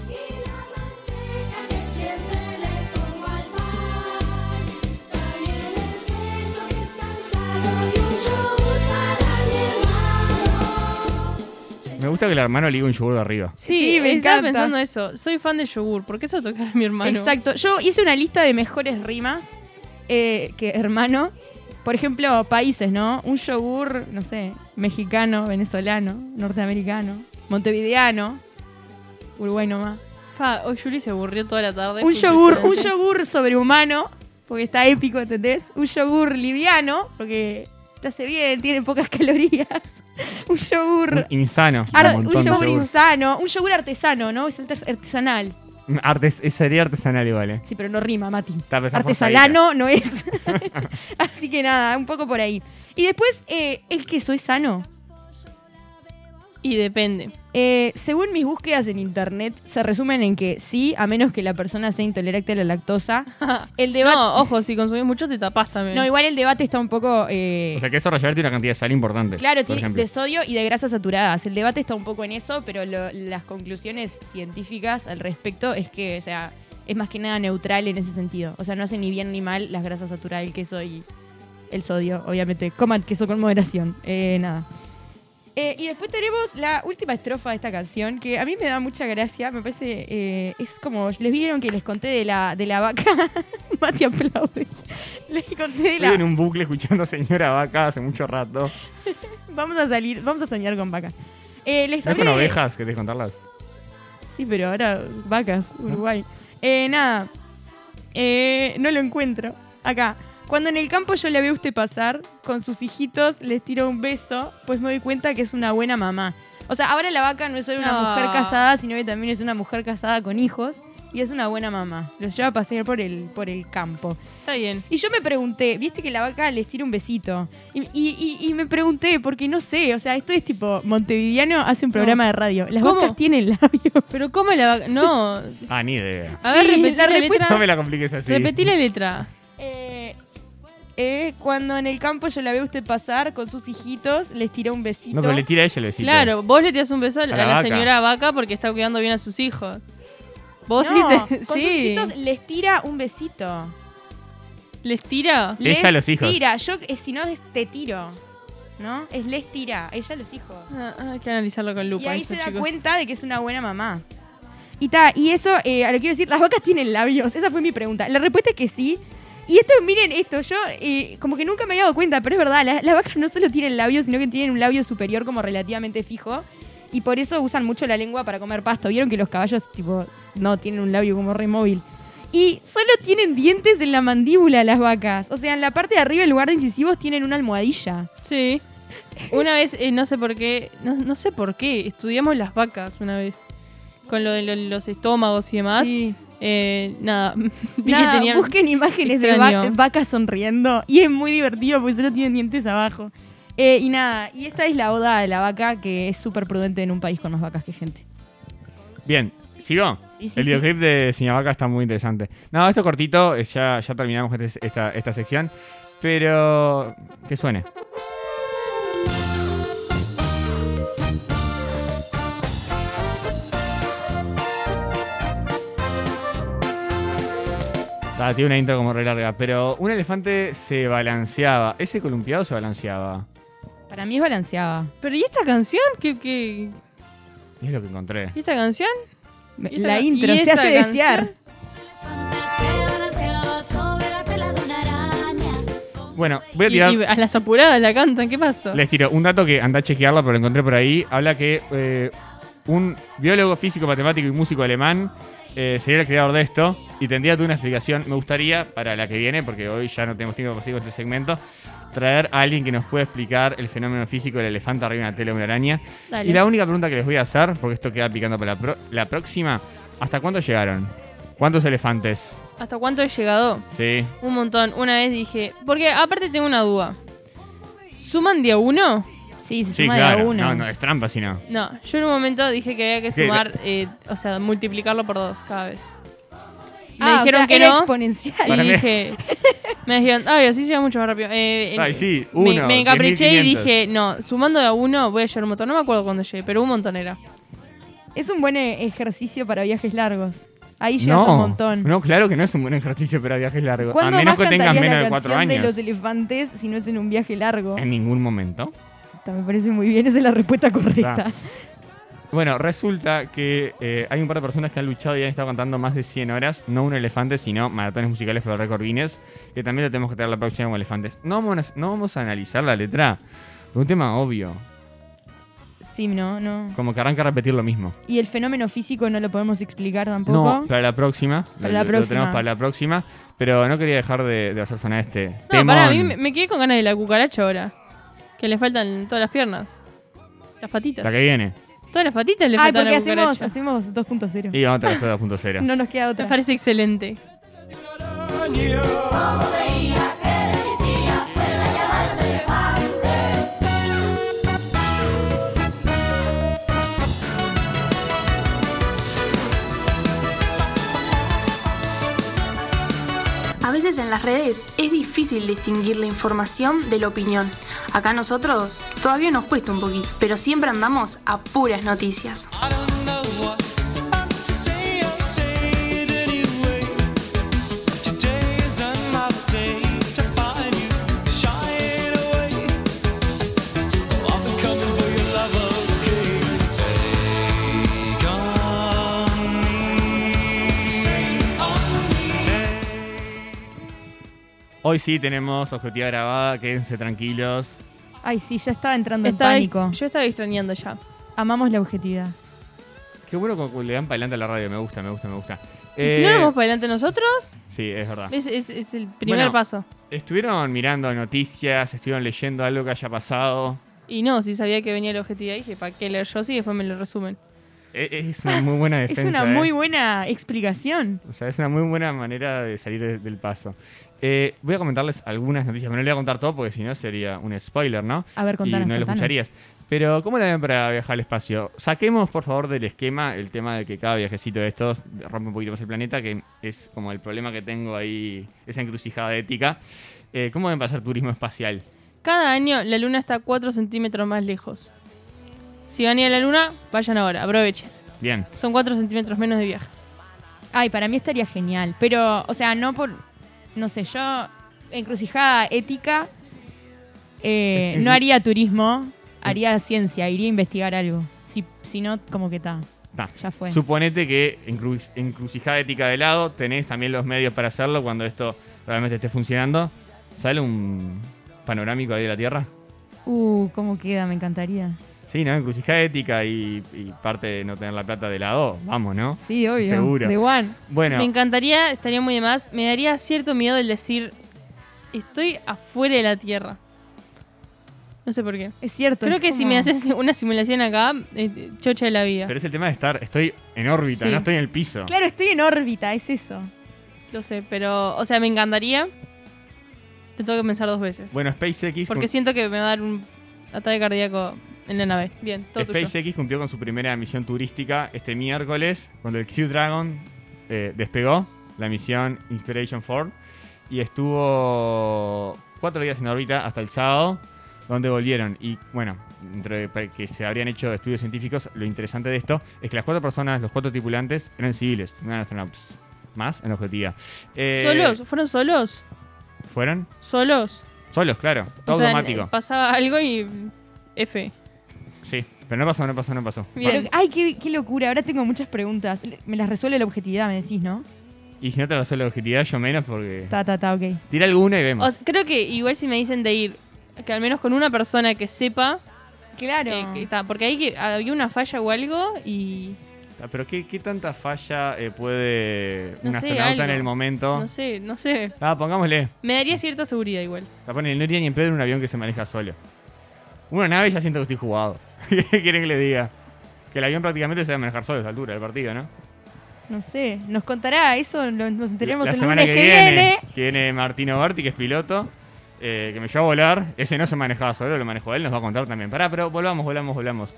y la manteca que siempre le pongo al pan. También el queso que es cansado y un yogur para mi hermano. Me gusta que el hermano le diga un yogur de arriba. Sí, Sí, me estaba encanta. pensando eso. Soy fan del yogur. ¿Por qué eso tocar a mi hermano? Exacto. Yo hice una lista de mejores rimas eh, que hermano. Por ejemplo, países, ¿no? Un yogur, no sé, mexicano, venezolano, norteamericano, montevideano, Uruguay nomás. Fa, hoy Juli se aburrió toda la tarde. Un Fue yogur, un impresionante. yogur sobrehumano, porque está épico, ¿entendés? Un yogur liviano, porque te hace bien, tiene pocas calorías. Un yogur. Insano. ar- un un montón de yogur yogur. insano, un yogur artesano, ¿no? Es alter- artesanal. Artes- es- sería artesanal igual, ¿eh? Sí, pero no rima, Mati. Está- está eh. Artesalano no es. Así que nada, un poco por ahí. Y después, eh, el queso es sano. Y depende. Eh, según mis búsquedas en internet, se resumen en que sí, a menos que la persona sea intolerante a la lactosa. El debate. No, ojo, si consumís mucho te tapás también. No, igual el debate está un poco. eh, O sea que eso rayar tiene una cantidad de sal importante. claro, por tiene ejemplo. de sodio y de grasas saturadas. El debate está un poco en eso, pero lo- las conclusiones científicas al respecto es que, o sea, es más que nada neutral en ese sentido. O sea, no hace ni bien ni mal las grasas saturadas, el queso y el sodio, obviamente. Coman queso con moderación. Eh, nada. Eh, y después tenemos la última estrofa de esta canción, que a mí me da mucha gracia. Me parece, eh, es como, les vieron que les conté de la, de la vaca. Mati aplaude. Les conté de la... Estoy en un bucle escuchando a señora vaca hace mucho rato. Vamos a salir, vamos a soñar con vacas. Eh, les ¿No es con hablé- ovejas? ¿Querés contarlas? Sí, pero ahora vacas, Uruguay. Eh, nada, Eh, no lo encuentro. Acá. Cuando en el campo yo la veo a usted pasar, con sus hijitos les tiro un beso, pues me doy cuenta que es una buena mamá. O sea, ahora la vaca no es solo una No. mujer casada, sino que también es una mujer casada con hijos y es una buena mamá. Los lleva a pasear por el, por el campo. Está bien. Y yo me pregunté, viste que la vaca les tira un besito. Y, y- y- y me pregunté, porque no sé, o sea, esto es tipo, Montevideano hace un programa de radio. Las ¿Cómo? vacas tienen labios. Pero ¿cómo la vaca? No. Ah, ni idea. A ver, Sí, repetí la la, letra. respuesta- No me la compliques así. Repetí la letra. Eh, eh, cuando en el campo yo la veo a usted pasar con sus hijitos, les tiró un besito. No, pero le tira a ella el besito. Claro, vos le tirás un beso a la, A la a la vaca. señora vaca porque está cuidando bien a sus hijos. Vos No, sí te. con sus sí. hijitos les tira un besito. Les tira. Ella Les a los hijos. Tira, yo, eh, si no es te tiro. ¿No? Es les tira, ella a los hijos. Ah, ah, hay que analizarlo con lupa. y ahí esto, se da chicos. cuenta de que es una buena mamá. Y ta, y eso, eh, a lo que quiero decir, las vacas tienen labios. Esa fue mi pregunta. La respuesta es que sí. Y esto, miren esto, yo eh, como que nunca me había dado cuenta, pero es verdad, la- las vacas no solo tienen labios, sino que tienen un labio superior como relativamente fijo. Y por eso usan mucho la lengua para comer pasto. Vieron que los caballos, tipo, no tienen un labio como re móvil. Y solo tienen dientes en la mandíbula las vacas. O sea, en la parte de arriba, en lugar de incisivos, tienen una almohadilla. Sí. Una vez, eh, no sé por qué, no, no sé por qué, estudiamos las vacas una vez. Con lo de lo- los estómagos y demás. Sí. Eh, nada, vi Nada, que tenían- busquen imágenes de extraño. va- vacas sonriendo y es muy divertido porque solo tienen dientes abajo. Eh, y nada, y esta es la oda de la vaca que es súper prudente en un país con más vacas que gente. Bien, ¿sigo? Sí, sí, el sí. videoclip de Cinevaca está muy interesante. No, esto cortito, eh, ya, ya terminamos este- esta, esta sección. Pero que suene. Ah, tiene una intro como re larga, pero un elefante se balanceaba. ¿Ese columpiado se balanceaba? Para mí es balanceada. Pero ¿y esta canción? ¿Qué, qué- Es lo que encontré. y esta canción? ¿Y esta la ca- intro y se esta hace canción? desear. Se balanceaba sobre la tela de una araña. Bueno, voy a Y, tirar. y a las apuradas la cantan, ¿qué pasó? Les tiro un dato que anda a chequearlo, pero lo encontré por ahí. Habla que eh, un biólogo, físico, matemático y músico alemán eh, sería el creador de esto. Y tendría toda una explicación, me gustaría, para la que viene, porque hoy ya no tenemos tiempo para seguir con este segmento, traer a alguien que nos pueda explicar el fenómeno físico del elefante arriba de una tela o una araña. Dale. Y la única pregunta que les voy a hacer, porque esto queda picando para la, pro- la próxima, ¿hasta cuándo llegaron? ¿Cuántos elefantes? ¿Hasta cuánto he llegado? Sí. Un montón. Una vez dije. Porque aparte tengo una duda. ¿Suman de a uno? Sí, se Sí, suma de a Ah, claro. uno. No, no, es trampa, si no. No, yo en un momento dije que había que Sí, sumar, eh, o sea, multiplicarlo por dos cada vez. Me Ah, o dijeron sea, que era no. exponencial. Para Y mí- dije, me dijeron, ay, así llega mucho más rápido. Eh, Ay, sí, me- uno, Me, encapriché y 10.500. dije, no, sumando de a uno voy a llegar un montón. No me acuerdo cuándo llegué, pero un montón era. Es un buen eh, ejercicio para viajes largos. Ahí llegas un montón. No, claro que no es un buen ejercicio para viajes largos. A ¿Cuándo menos más que tengas cantarías menos la de cuatro canción años. de los elefantes si no es en un viaje largo? En ningún momento. Me parece muy bien, esa es la respuesta correcta. Ah. Bueno, resulta que eh, hay un par de personas que han luchado y han estado cantando más de 100 horas, no un elefante, sino maratones musicales por el récord Guinness, que también lo tenemos que traer la próxima con elefantes. No vamos, a, no vamos a analizar la letra, es un tema obvio, Sí, no, no. como que arranca a repetir lo mismo. Y el fenómeno físico no lo podemos explicar tampoco. No, para la próxima, Para lo- la lo próxima. tenemos para la próxima, pero no quería dejar de, de hacer sonar este No, temón. para mí me, me quedé con ganas de la cucaracha ahora. Que le faltan todas las piernas. Las patitas. La que viene. Todas las patitas le Ah, faltan a porque la hacemos, cucaracha. hacemos 2.0. Y vamos a traer 2.0. No nos queda Me otra. parece excelente. A veces en las redes es difícil distinguir la información de la opinión. Acá a nosotros todavía nos cuesta un poquito, pero siempre andamos a puras noticias. I don't know what to say. I'll say it anyway. Today is another day to find you shying away. I'll be coming for your love, okay? Take on me, take on me. Hoy sí tenemos objetiva grabada, quédense tranquilos. Ay, sí, ya estaba entrando Estaba en ex- pánico. yo estaba extrañando ya. Amamos la objetividad. Qué bueno como le dan para adelante a la radio, me gusta, me gusta, me gusta. Y si no Eh, lo vamos para adelante nosotros, Sí, es verdad. es, es- es el primer Bueno. paso. Estuvieron mirando noticias, estuvieron leyendo algo que haya pasado. Y no, si sabía que venía el objetivo ahí, dije, ¿para qué leer yo? Sí, después me lo resumen. E, Es es una muy buena defensa. es una ¿eh? muy buena explicación. O sea, es una muy buena manera de salir de- del paso. Eh, voy a comentarles algunas noticias, pero no le voy a contar todo porque si no sería un spoiler, ¿no? A ver, contanos, Y no lo contanos. escucharías. Pero, ¿cómo la ven para viajar al espacio? Saquemos, por favor, del esquema el tema de que cada viajecito de estos rompe un poquito más el planeta, que es como el problema que tengo ahí, esa encrucijada ética. Eh, ¿Cómo deben pasar turismo espacial? Cada año la luna está 4 centímetros más lejos. Si van a ir a la luna, vayan ahora, aprovechen. Bien. Son 4 centímetros menos de viaje. Ay, para mí estaría genial. Pero, o sea, no por. No sé, yo. Encrucijada ética. eh, no haría turismo. Haría ciencia. Iría a investigar algo. Si, si no, como que está. Ta. Ya fue. Suponete que encru- encrucijada ética de lado, tenés también los medios para hacerlo cuando esto realmente esté funcionando. ¿Sale un panorámico ahí de la Tierra? Uh, cómo queda, me encantaría. Sí, ¿no? Encrucijada ética y, y parte de no tener la plata de lado. Vamos, ¿no? Sí, obvio. Seguro. De One. Bueno, Me encantaría, estaría muy de más. Me daría cierto miedo el decir, estoy afuera de la Tierra. No sé por qué. Es cierto. Creo es que si como- me haces una simulación acá, eh, chocha de la vida. pero es el tema de estar, estoy en órbita, Sí. no estoy en el piso. Claro, estoy en órbita, es eso. Lo sé, pero, o sea, me encantaría. Lo tengo que pensar dos veces. Bueno, SpaceX, porque cum- siento que me va a dar un ataque cardíaco en la nave. Bien, todo tuyo. SpaceX cumplió con su primera misión turística este miércoles, cuando el Q-Dragon eh, despegó la misión Inspiration 4 y estuvo cuatro días en órbita hasta el sábado, donde volvieron. Y bueno, entre para que se habrían hecho estudios científicos, lo interesante de esto es que las cuatro personas, los cuatro tripulantes, eran civiles, no eran astronautas. Más en la objetiva. Eh, ¿Solos? ¿Fueron solos? ¿Fueron? ¿Solos? Solos, claro. Todo o sea, automático. eh, pasaba algo y F. sí, pero no pasó, no pasó, no pasó. Bien. Pero- ay, qué, qué locura. Ahora tengo muchas preguntas. Me las resuelve la objetividad, me decís, ¿no? Y si no te pasó la objetividad, yo menos porque... Ta, ta, ta, ok. Tira alguna y vemos. O sea, creo que igual si me dicen de ir, que al menos con una persona que sepa, Claro. eh, que está, porque ahí que- había una falla o algo y Ah, Pero ¿qué, qué tanta falla eh, puede No un sé, astronauta en algo. el momento? no sé, no sé. Ah, pongámosle. Me daría cierta seguridad igual. La ponen, no iría ni en pedo en un avión que se maneja solo. Una nave ya siento que estoy jugado. ¿Qué quieren que le diga? Que el avión prácticamente se va a manejar solo a esa altura del partido, ¿no? No sé. Nos contará eso, lo- nos enteremos la el semana lunes que viene, que viene Martino Berti, que es piloto, eh, que me llevó a volar. Ese no se manejaba solo, lo manejó él, nos va a contar también. Pará, pero volvamos, volvamos, volvamos.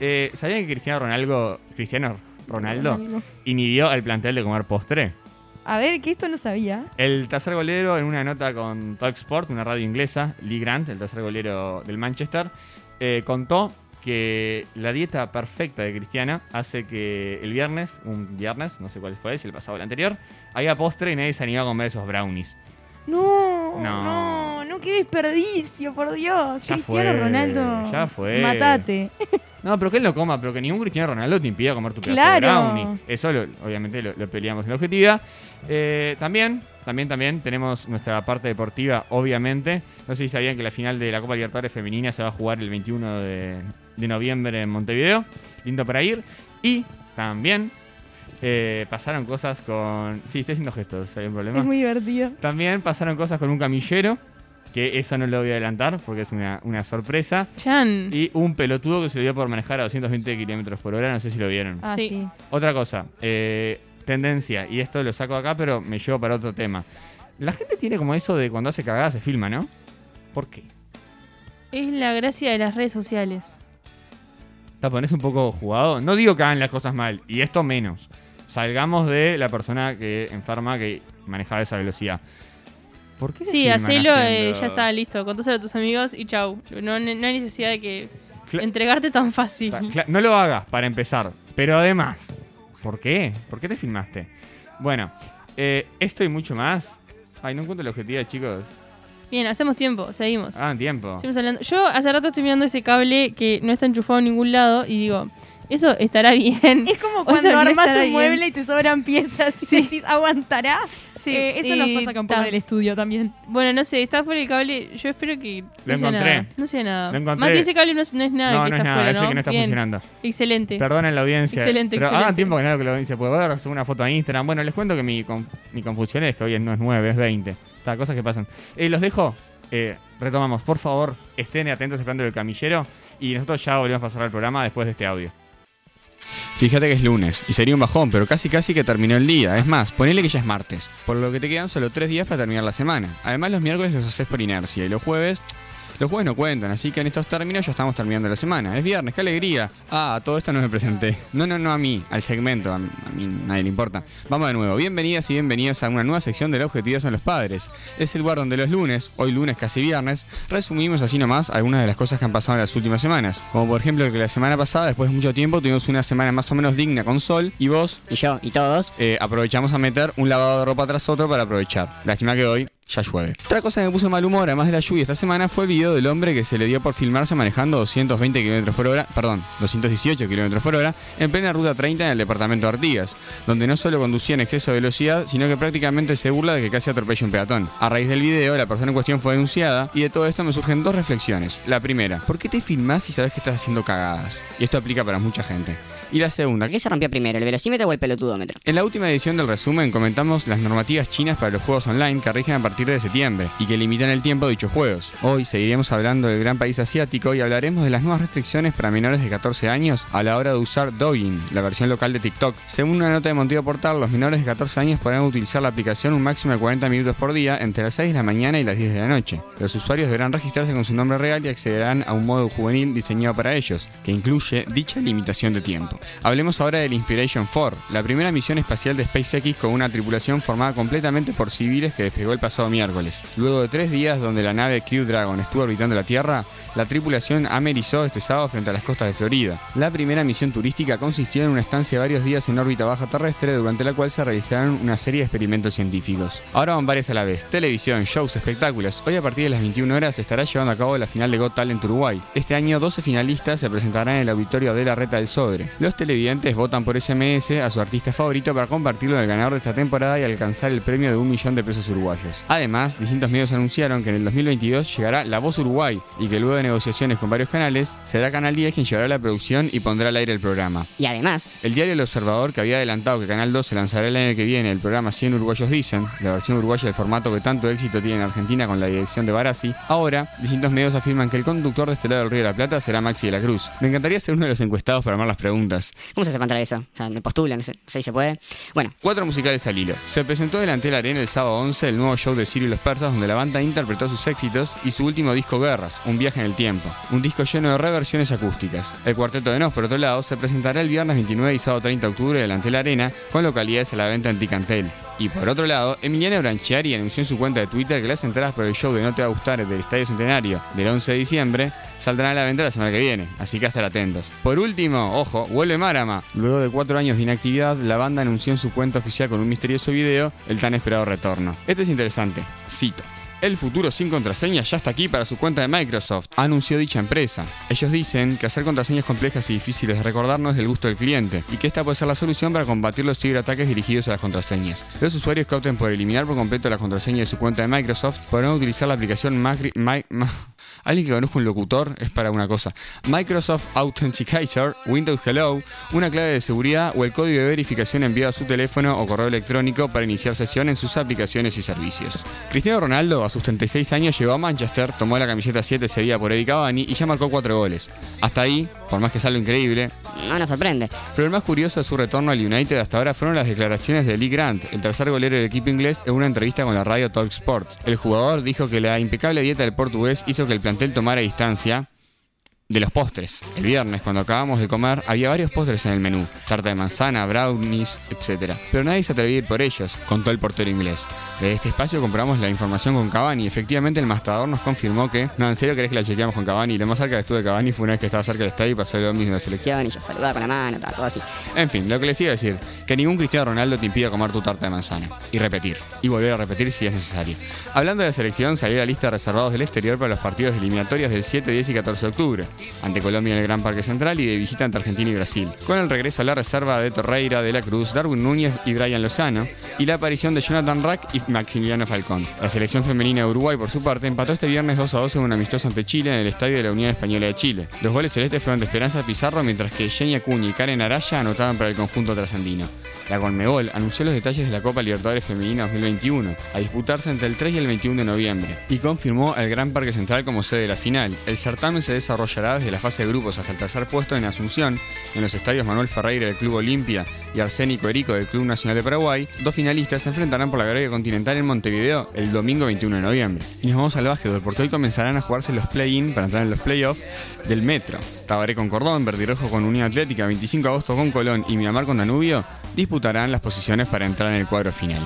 Eh, ¿Sabían que Cristiano Ronaldo, Cristiano Ronaldo inhibió al plantel de comer postre? A ver, que esto no sabía. El tercer golero, en una nota con Talksport, una radio inglesa, Lee Grant, el tercer golero del Manchester, eh, contó que la dieta perfecta de Cristiana hace que el viernes, un viernes, no sé cuál fue, si el pasado o el anterior, había postre y nadie se animaba a comer esos brownies. No, No. no, no, qué desperdicio, por Dios. Ya Cristiano fue, Ronaldo. ya fue. Matate. No pero que él no coma, pero que ningún Cristiano Ronaldo te impida comer tu pedazo Claro. de brownie. Eso lo- obviamente lo, lo peleamos en la objetividad. Eh, también, también, también tenemos nuestra parte deportiva, obviamente. No sé si sabían que la final de la Copa Libertadores Femenina se va a jugar el 21 de, de noviembre en Montevideo. Lindo para ir. Y también eh, pasaron cosas con... Sí, estoy haciendo gestos, ¿hay un problema? Es muy divertido. También pasaron cosas con un camillero, que eso no lo voy a adelantar porque es una- una sorpresa. Chan. Y un pelotudo que se dio por manejar a 220 kilómetros por hora, no sé si lo vieron. Ah, Sí. sí. Otra cosa, eh, tendencia, y esto lo saco acá, pero me llevo para otro tema. La gente tiene como eso de cuando hace cagada se filma, ¿no? ¿Por qué? Es la gracia de las redes sociales. ¿Te pones un poco jugado? No digo que hagan las cosas mal, y esto menos. Salgamos de la persona que enferma que manejaba esa velocidad. ¿Por qué? se Sí, filman hacelo, eh, haciendo- ya está, listo. Contáselo a tus amigos y chau. No, no hay necesidad de que Cla- entregarte tan fácil. Ta- cla- No lo hagas para empezar. Pero además, ¿por qué? ¿Por qué te filmaste? Bueno, eh, esto y mucho más. Ay, no encuentro el objetivo, chicos. Bien, hacemos tiempo, seguimos. Ah, tiempo. Seguimos hablando. Yo hace rato estoy mirando ese cable que no está enchufado en ningún lado y digo, eso estará bien. Es como O cuando sea, no armas estará un bien. mueble y te sobran piezas y decís, ¿aguantará? Sí, Eh, eso y nos pasa con ta. poco del estudio también. Bueno, no sé, está fuera el cable. Yo espero que. Lo no sea encontré. Nada. No sea nada. Lo encontré. Mati, ese cable no es, no es nada. No, que está no es nada, fuera, es el que no está Bien. funcionando. Excelente. Perdonen la audiencia. Excelente, pero hagan excelente. tiempo que no que la audiencia puede ver, hacer una foto a Instagram. Bueno, les cuento que mi, con- mi confusión es que hoy no es 9, es 20. Está, cosas que pasan. Eh, los dejo. Eh, retomamos, por favor, estén atentos esperando el camillero. Y nosotros ya volvemos a pasar al programa después de este audio. Fíjate que es lunes y sería un bajón, pero casi casi que terminó el día. Es más, ponele que ya es martes, por lo que te quedan solo tres días para terminar la semana. Además, los miércoles los haces por inercia y los jueves. Los jueves no cuentan, así que en estos términos ya estamos terminando la semana. Es viernes, qué alegría. Ah, a todo esto no me presenté. No, no, no a mí, al segmento, a, mí- a mí nadie le importa. Vamos de nuevo, bienvenidas y bienvenidos a una nueva sección de la objetividad son los padres. Es el lugar donde los lunes, hoy lunes casi viernes, resumimos así nomás algunas de las cosas que han pasado en las últimas semanas. Como por ejemplo que la semana pasada, después de mucho tiempo, tuvimos una semana más o menos digna con sol y vos Y yo, y todos. eh, aprovechamos a meter un lavado de ropa tras otro para aprovechar. Lástima que hoy ya llueve. Otra cosa que me puso de mal humor, además de la lluvia esta semana, fue el video del hombre que se le dio por filmarse manejando 220 kilómetros por hora, perdón, 218 kilómetros por hora, en plena ruta 30 en el departamento de Artigas, donde no solo conducía en exceso de velocidad, sino que prácticamente se burla de que casi atropella un peatón. A raíz del video, la persona en cuestión fue denunciada y de todo esto me surgen dos reflexiones. La primera, ¿por qué te filmás si sabes que estás haciendo cagadas? Y esto aplica para mucha gente. Y la segunda, ¿Qué se rompió primero, el velocímetro o el pelotudómetro? en la última edición del resumen comentamos las normativas chinas para los juegos online que rigen a partir de septiembre y que limitan el tiempo de dichos juegos. Hoy seguiremos hablando del gran país asiático y hablaremos de las nuevas restricciones para menores de 14 años a la hora de usar Douyin, la versión local de TikTok. Según una nota de Montevideo Portal, los menores de 14 años podrán utilizar la aplicación un máximo de 40 minutos por día entre las 6 de la mañana y las 10 de la noche. Los usuarios deberán registrarse con su nombre real y accederán a un modo juvenil diseñado para ellos, que incluye dicha limitación de tiempo. Hablemos ahora del Inspiration 4, la primera misión espacial de SpaceX con una tripulación formada completamente por civiles que despegó el pasado miércoles. Luego de tres días donde la nave Crew Dragon estuvo orbitando la Tierra, la tripulación amerizó este sábado frente a las costas de Florida. La primera misión turística consistió en una estancia de varios días en órbita baja terrestre durante la cual se realizaron una serie de experimentos científicos. Ahora van varias a la vez, televisión, shows, espectáculos. Hoy a partir de las 21 horas se estará llevando a cabo la final de Got Talent Uruguay. Este año 12 finalistas se presentarán en el auditorio de la Reta del Sodre. Los televidentes votan por SMS a su artista favorito para compartirlo del ganador de esta temporada y alcanzar el premio de un millón de pesos uruguayos. Además, distintos medios anunciaron que en el 2022 llegará La Voz Uruguay y que luego de negociaciones con varios canales, será Canal 10 quien llevará la producción y pondrá al aire el programa. Y además, El diario El Observador, que había adelantado que Canal 2 se lanzará el año que viene el programa 100 Uruguayos Dicen, la versión uruguaya del formato que tanto éxito tiene en Argentina con la dirección de Barassi, ahora distintos medios afirman que el conductor de este lado del Río de la Plata será Maxi de la Cruz. Me encantaría ser uno de los encuestados para armar las preguntas. ¿cómo se hace para entrar a eso? O sea, me postulo, no sé, no sé si se puede. Bueno, Cuatro musicales al hilo. Se presentó delante de la arena el sábado 11 el nuevo show de Sirio y los Persas donde la banda interpretó sus éxitos y su último disco Guerras, Un viaje en el tiempo. Un disco lleno de reversiones acústicas. El cuarteto de Nos, por otro lado, se presentará el viernes 29 y sábado 30 de octubre delante de la arena con localidades a la venta en Ticantel. Y por otro lado, Emiliano Branchiari anunció en su cuenta de Twitter que las entradas para el show de No Te Va a Gustar del Estadio Centenario del 11 de diciembre saldrán a la venta la semana que viene, así que estar atentos. Por último, ojo, vuelve Marama. Luego de cuatro años de inactividad, la banda anunció en su cuenta oficial con un misterioso video el tan esperado retorno. Esto es interesante. Cito. El futuro sin contraseña ya está aquí para su cuenta de Microsoft, anunció dicha empresa. Ellos dicen que hacer contraseñas complejas y difíciles de recordar no es del gusto del cliente y que esta puede ser la solución para combatir los ciberataques dirigidos a las contraseñas. Los usuarios que opten por eliminar por completo la contraseña de su cuenta de Microsoft podrán utilizar la aplicación Macri- Mi- Ma- Alguien que conozca un locutor es para una cosa. Microsoft Authenticator, Windows Hello, una clave de seguridad o el código de verificación enviado a su teléfono o correo electrónico para iniciar sesión en sus aplicaciones y servicios. Cristiano Ronaldo, a sus 36 años, llegó a Manchester, tomó la camiseta 7 cedida por Eddie Cavani y ya marcó 4 goles. Hasta ahí, por más que sea algo increíble, no nos sorprende. pero el más curioso de su retorno al United hasta ahora fueron las declaraciones de Lee Grant, el tercer golero del equipo inglés, en una entrevista con la radio Talk Sports. El jugador dijo que la impecable dieta del portugués hizo que el plantel tomara distancia de los postres. El viernes, cuando acabamos de comer, había varios postres en el menú. Tarta de manzana, brownies, etc. Pero nadie se atrevía a ir por ellos, contó el portero inglés. De este espacio compramos la información con Cavani. Efectivamente, el mastador nos confirmó que... No, en serio, ¿querés que la chequeamos con Cavani? Lo más cerca que estuve de Cavani fue una vez que estaba cerca del estadio y pasó lo mismo de la selección. Y yo saludaba con la mano, todo, todo así. En fin, lo que les iba a decir, que ningún Cristiano Ronaldo te impida comer tu tarta de manzana. Y repetir. Y volver a repetir si es necesario. Hablando de la selección, salió la lista de reservados del exterior para los partidos eliminatorios del 7, 10 y 14 de octubre. Ante Colombia en el Gran Parque Central y de visita ante Argentina y Brasil. Con el regreso a la reserva de Torreira, De La Cruz, Darwin Núñez y Brian Lozano. Y la aparición de Jonathan Rack y Maximiliano Falcón. La selección femenina de Uruguay, por su parte, empató este viernes 2 a 2 en un amistoso ante Chile en el estadio de la Unión Española de Chile. Los goles celestes fueron de Esperanza Pizarro, mientras que Jenny Acuña y Karen Araya anotaban para el conjunto trasandino. La Conmebol anunció los detalles de la Copa Libertadores Femenina 2021, a disputarse entre el 3 y el 21 de noviembre, y confirmó el Gran Parque Central como sede de la final. El certamen se desarrollará clasificará desde la fase de grupos hasta el tercer puesto en Asunción, en los estadios Manuel Ferreira del Club Olimpia y Arsénico Erico del Club Nacional de Paraguay, dos finalistas se enfrentarán por la gloria continental en Montevideo el domingo 21 de noviembre. Y nos vamos al básquetbol, porque hoy comenzarán a jugarse los play-in para entrar en los playoffs del Metro. Tabaré con Cordón, Verdirojo con Unión Atlética, 25 de agosto con Colón y Miramar con Danubio disputarán las posiciones para entrar en el cuadro final.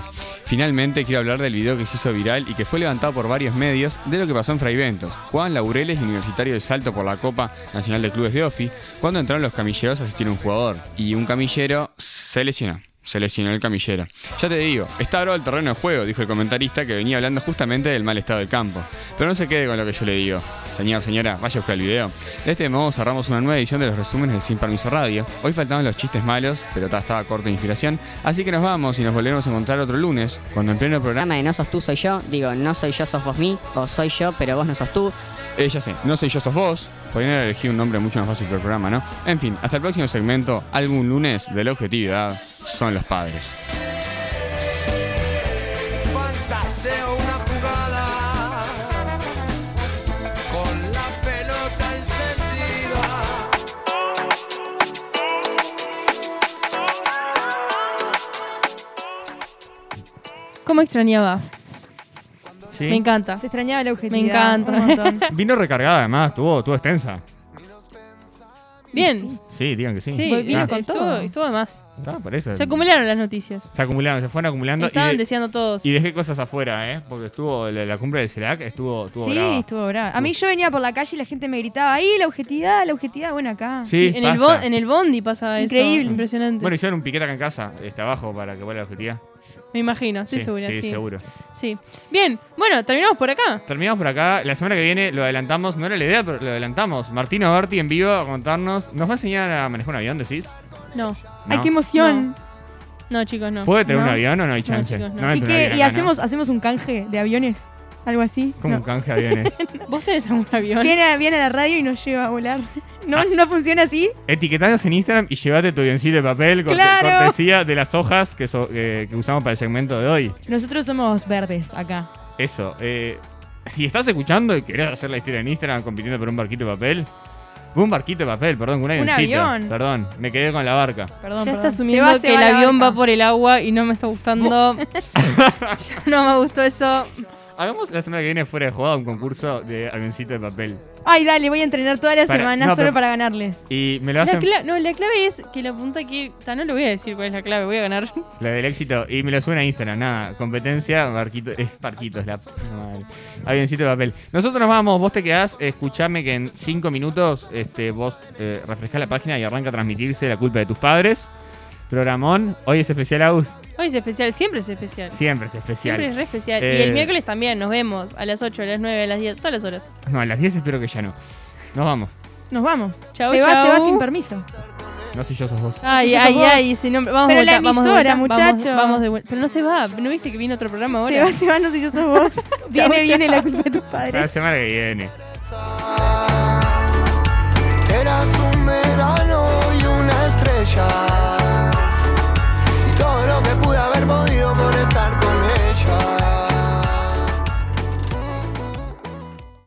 Finalmente quiero hablar del video que se hizo viral y que fue levantado por varios medios de lo que pasó en Fraiventos. Juan Laureles y Universitario de Salto por la Copa Nacional de Clubes de OFI cuando entraron los camilleros a asistir a un jugador y un camillero se lesionó. Se lesionó el camillero. Ya te digo, está bravo el terreno de juego, dijo el comentarista que venía hablando justamente del mal estado del campo. Pero no se quede con lo que yo le digo. Señor, señora, vaya a buscar el video. De este modo cerramos una nueva edición de los resúmenes de Sin Permiso Radio. Hoy faltaban los chistes malos, pero ta- estaba corta de inspiración. Así que nos vamos y nos volveremos a encontrar otro lunes, cuando en pleno programa... programa de No sos tú, soy yo. Digo, no soy yo, sos vos mí. O soy yo, pero vos no sos tú. Eh, ya sé, no soy yo, sos vos. Podrían haber elegido un nombre mucho más fácil para el programa, ¿no? En fin, hasta el próximo segmento, algún lunes de la objetividad son los padres. Fantaseo una jugada con la pelota encendida. ¿Cómo extrañaba? Sí. Me encanta. Se extrañaba la objetividad. Me encanta. un montón. Vino recargada además, estuvo, estuvo extensa. Bien. Sí, digan que sí. Sí, Vino Ah, con estuvo- todo. Estuvo de más. está, por eso. Se acumularon las noticias. Se acumularon, se fueron acumulando. Estaban y, de- deseando todos. y dejé cosas afuera, ¿eh? Porque estuvo la, la cumbre del CELAC, estuvo, estuvo sí, brava. estuvo bravo. A mí yo venía por la calle y la gente me gritaba, ahí la objetividad, la objetividad, bueno, acá. Sí, en, el pasa. bo- en el bondi pasa eso. Increíble. Impresionante. Bueno, hicieron un piquete acá en casa, está abajo, para que vuelva la objetividad. Me imagino, estoy segura. Sí, Sí, seguro. Sí. Bien, bueno, terminamos por acá. Terminamos por acá. La semana que viene lo adelantamos. No era la idea, pero lo adelantamos. Martino Berti en vivo a contarnos. ¿Nos va a enseñar a manejar un avión, decís? No. ¡Ay, No. qué emoción! No, chicos, no. ¿Puede tener No. un avión o no hay chance? chicos, no. hay ¿Y, un qué? avión acá, ¿Y ¿no? hacemos, hacemos un canje de aviones? ¿Algo así? ¿Cómo No. un canje de aviones? ¿Vos tenés algún avión? Viene, a- viene a la radio y nos lleva a volar. ¿No, ¿no funciona así? Etiquetanos en Instagram y llévate tu avioncito de papel corte- ¡Claro! cortesía de las hojas que, so- eh, que usamos para el segmento de hoy. Nosotros somos verdes acá. Eso. eh, si estás escuchando y querés hacer la historia en Instagram compitiendo por un barquito de papel. Un barquito de papel, perdón, con un Un avioncito. avión. Perdón, me quedé con la barca. Perdón, ya está perdón. asumiendo Se va, se que va el la avión barca. va por el agua y no me está gustando. ya no me gustó eso. Hagamos la semana que viene fuera de jugada un concurso de avioncito de papel. Ay, dale, voy a entrenar toda la Para- semana no, solo pero- para ganarles. Y me lo La hacen. cla- no, la clave es que la punta que. Ta, no le voy a decir cuál es la clave, voy a ganar. La del éxito. Y me lo suben a Instagram. Nada, competencia, barquito. Es barquito, es la. p- madre. Avioncito de papel. Nosotros nos vamos, vos te quedás. Escuchame que en 5 minutos este, vos eh, refrescás la página y arranca a transmitirse la culpa de tus padres. Programón. Hoy es especial, Agus. Hoy es especial, siempre es especial. Siempre es especial. Siempre es re especial. Y Eh, el miércoles también, nos vemos a las 8, a las 9, a las 10, todas las horas. No, a las 10 espero que ya no. Nos vamos. Nos vamos. Chau, se va, se va chau. sin permiso. No sé yo sos vos. Ay, Ese sos ay, vos. ay, ese nombre. Vamos Pero de la vuelta, vamos de emisora, vuelta, vamos- muchacho. Vamos de vuelta. Pero no se va, ¿no viste que viene otro programa Se ahora? va, se va, no sé yo sos vos. viene, Chau, viene chau. la culpa de tus Hasta La padres. semana que viene. Eras un verano y una estrella. Y todo lo que pude haber podido por estar con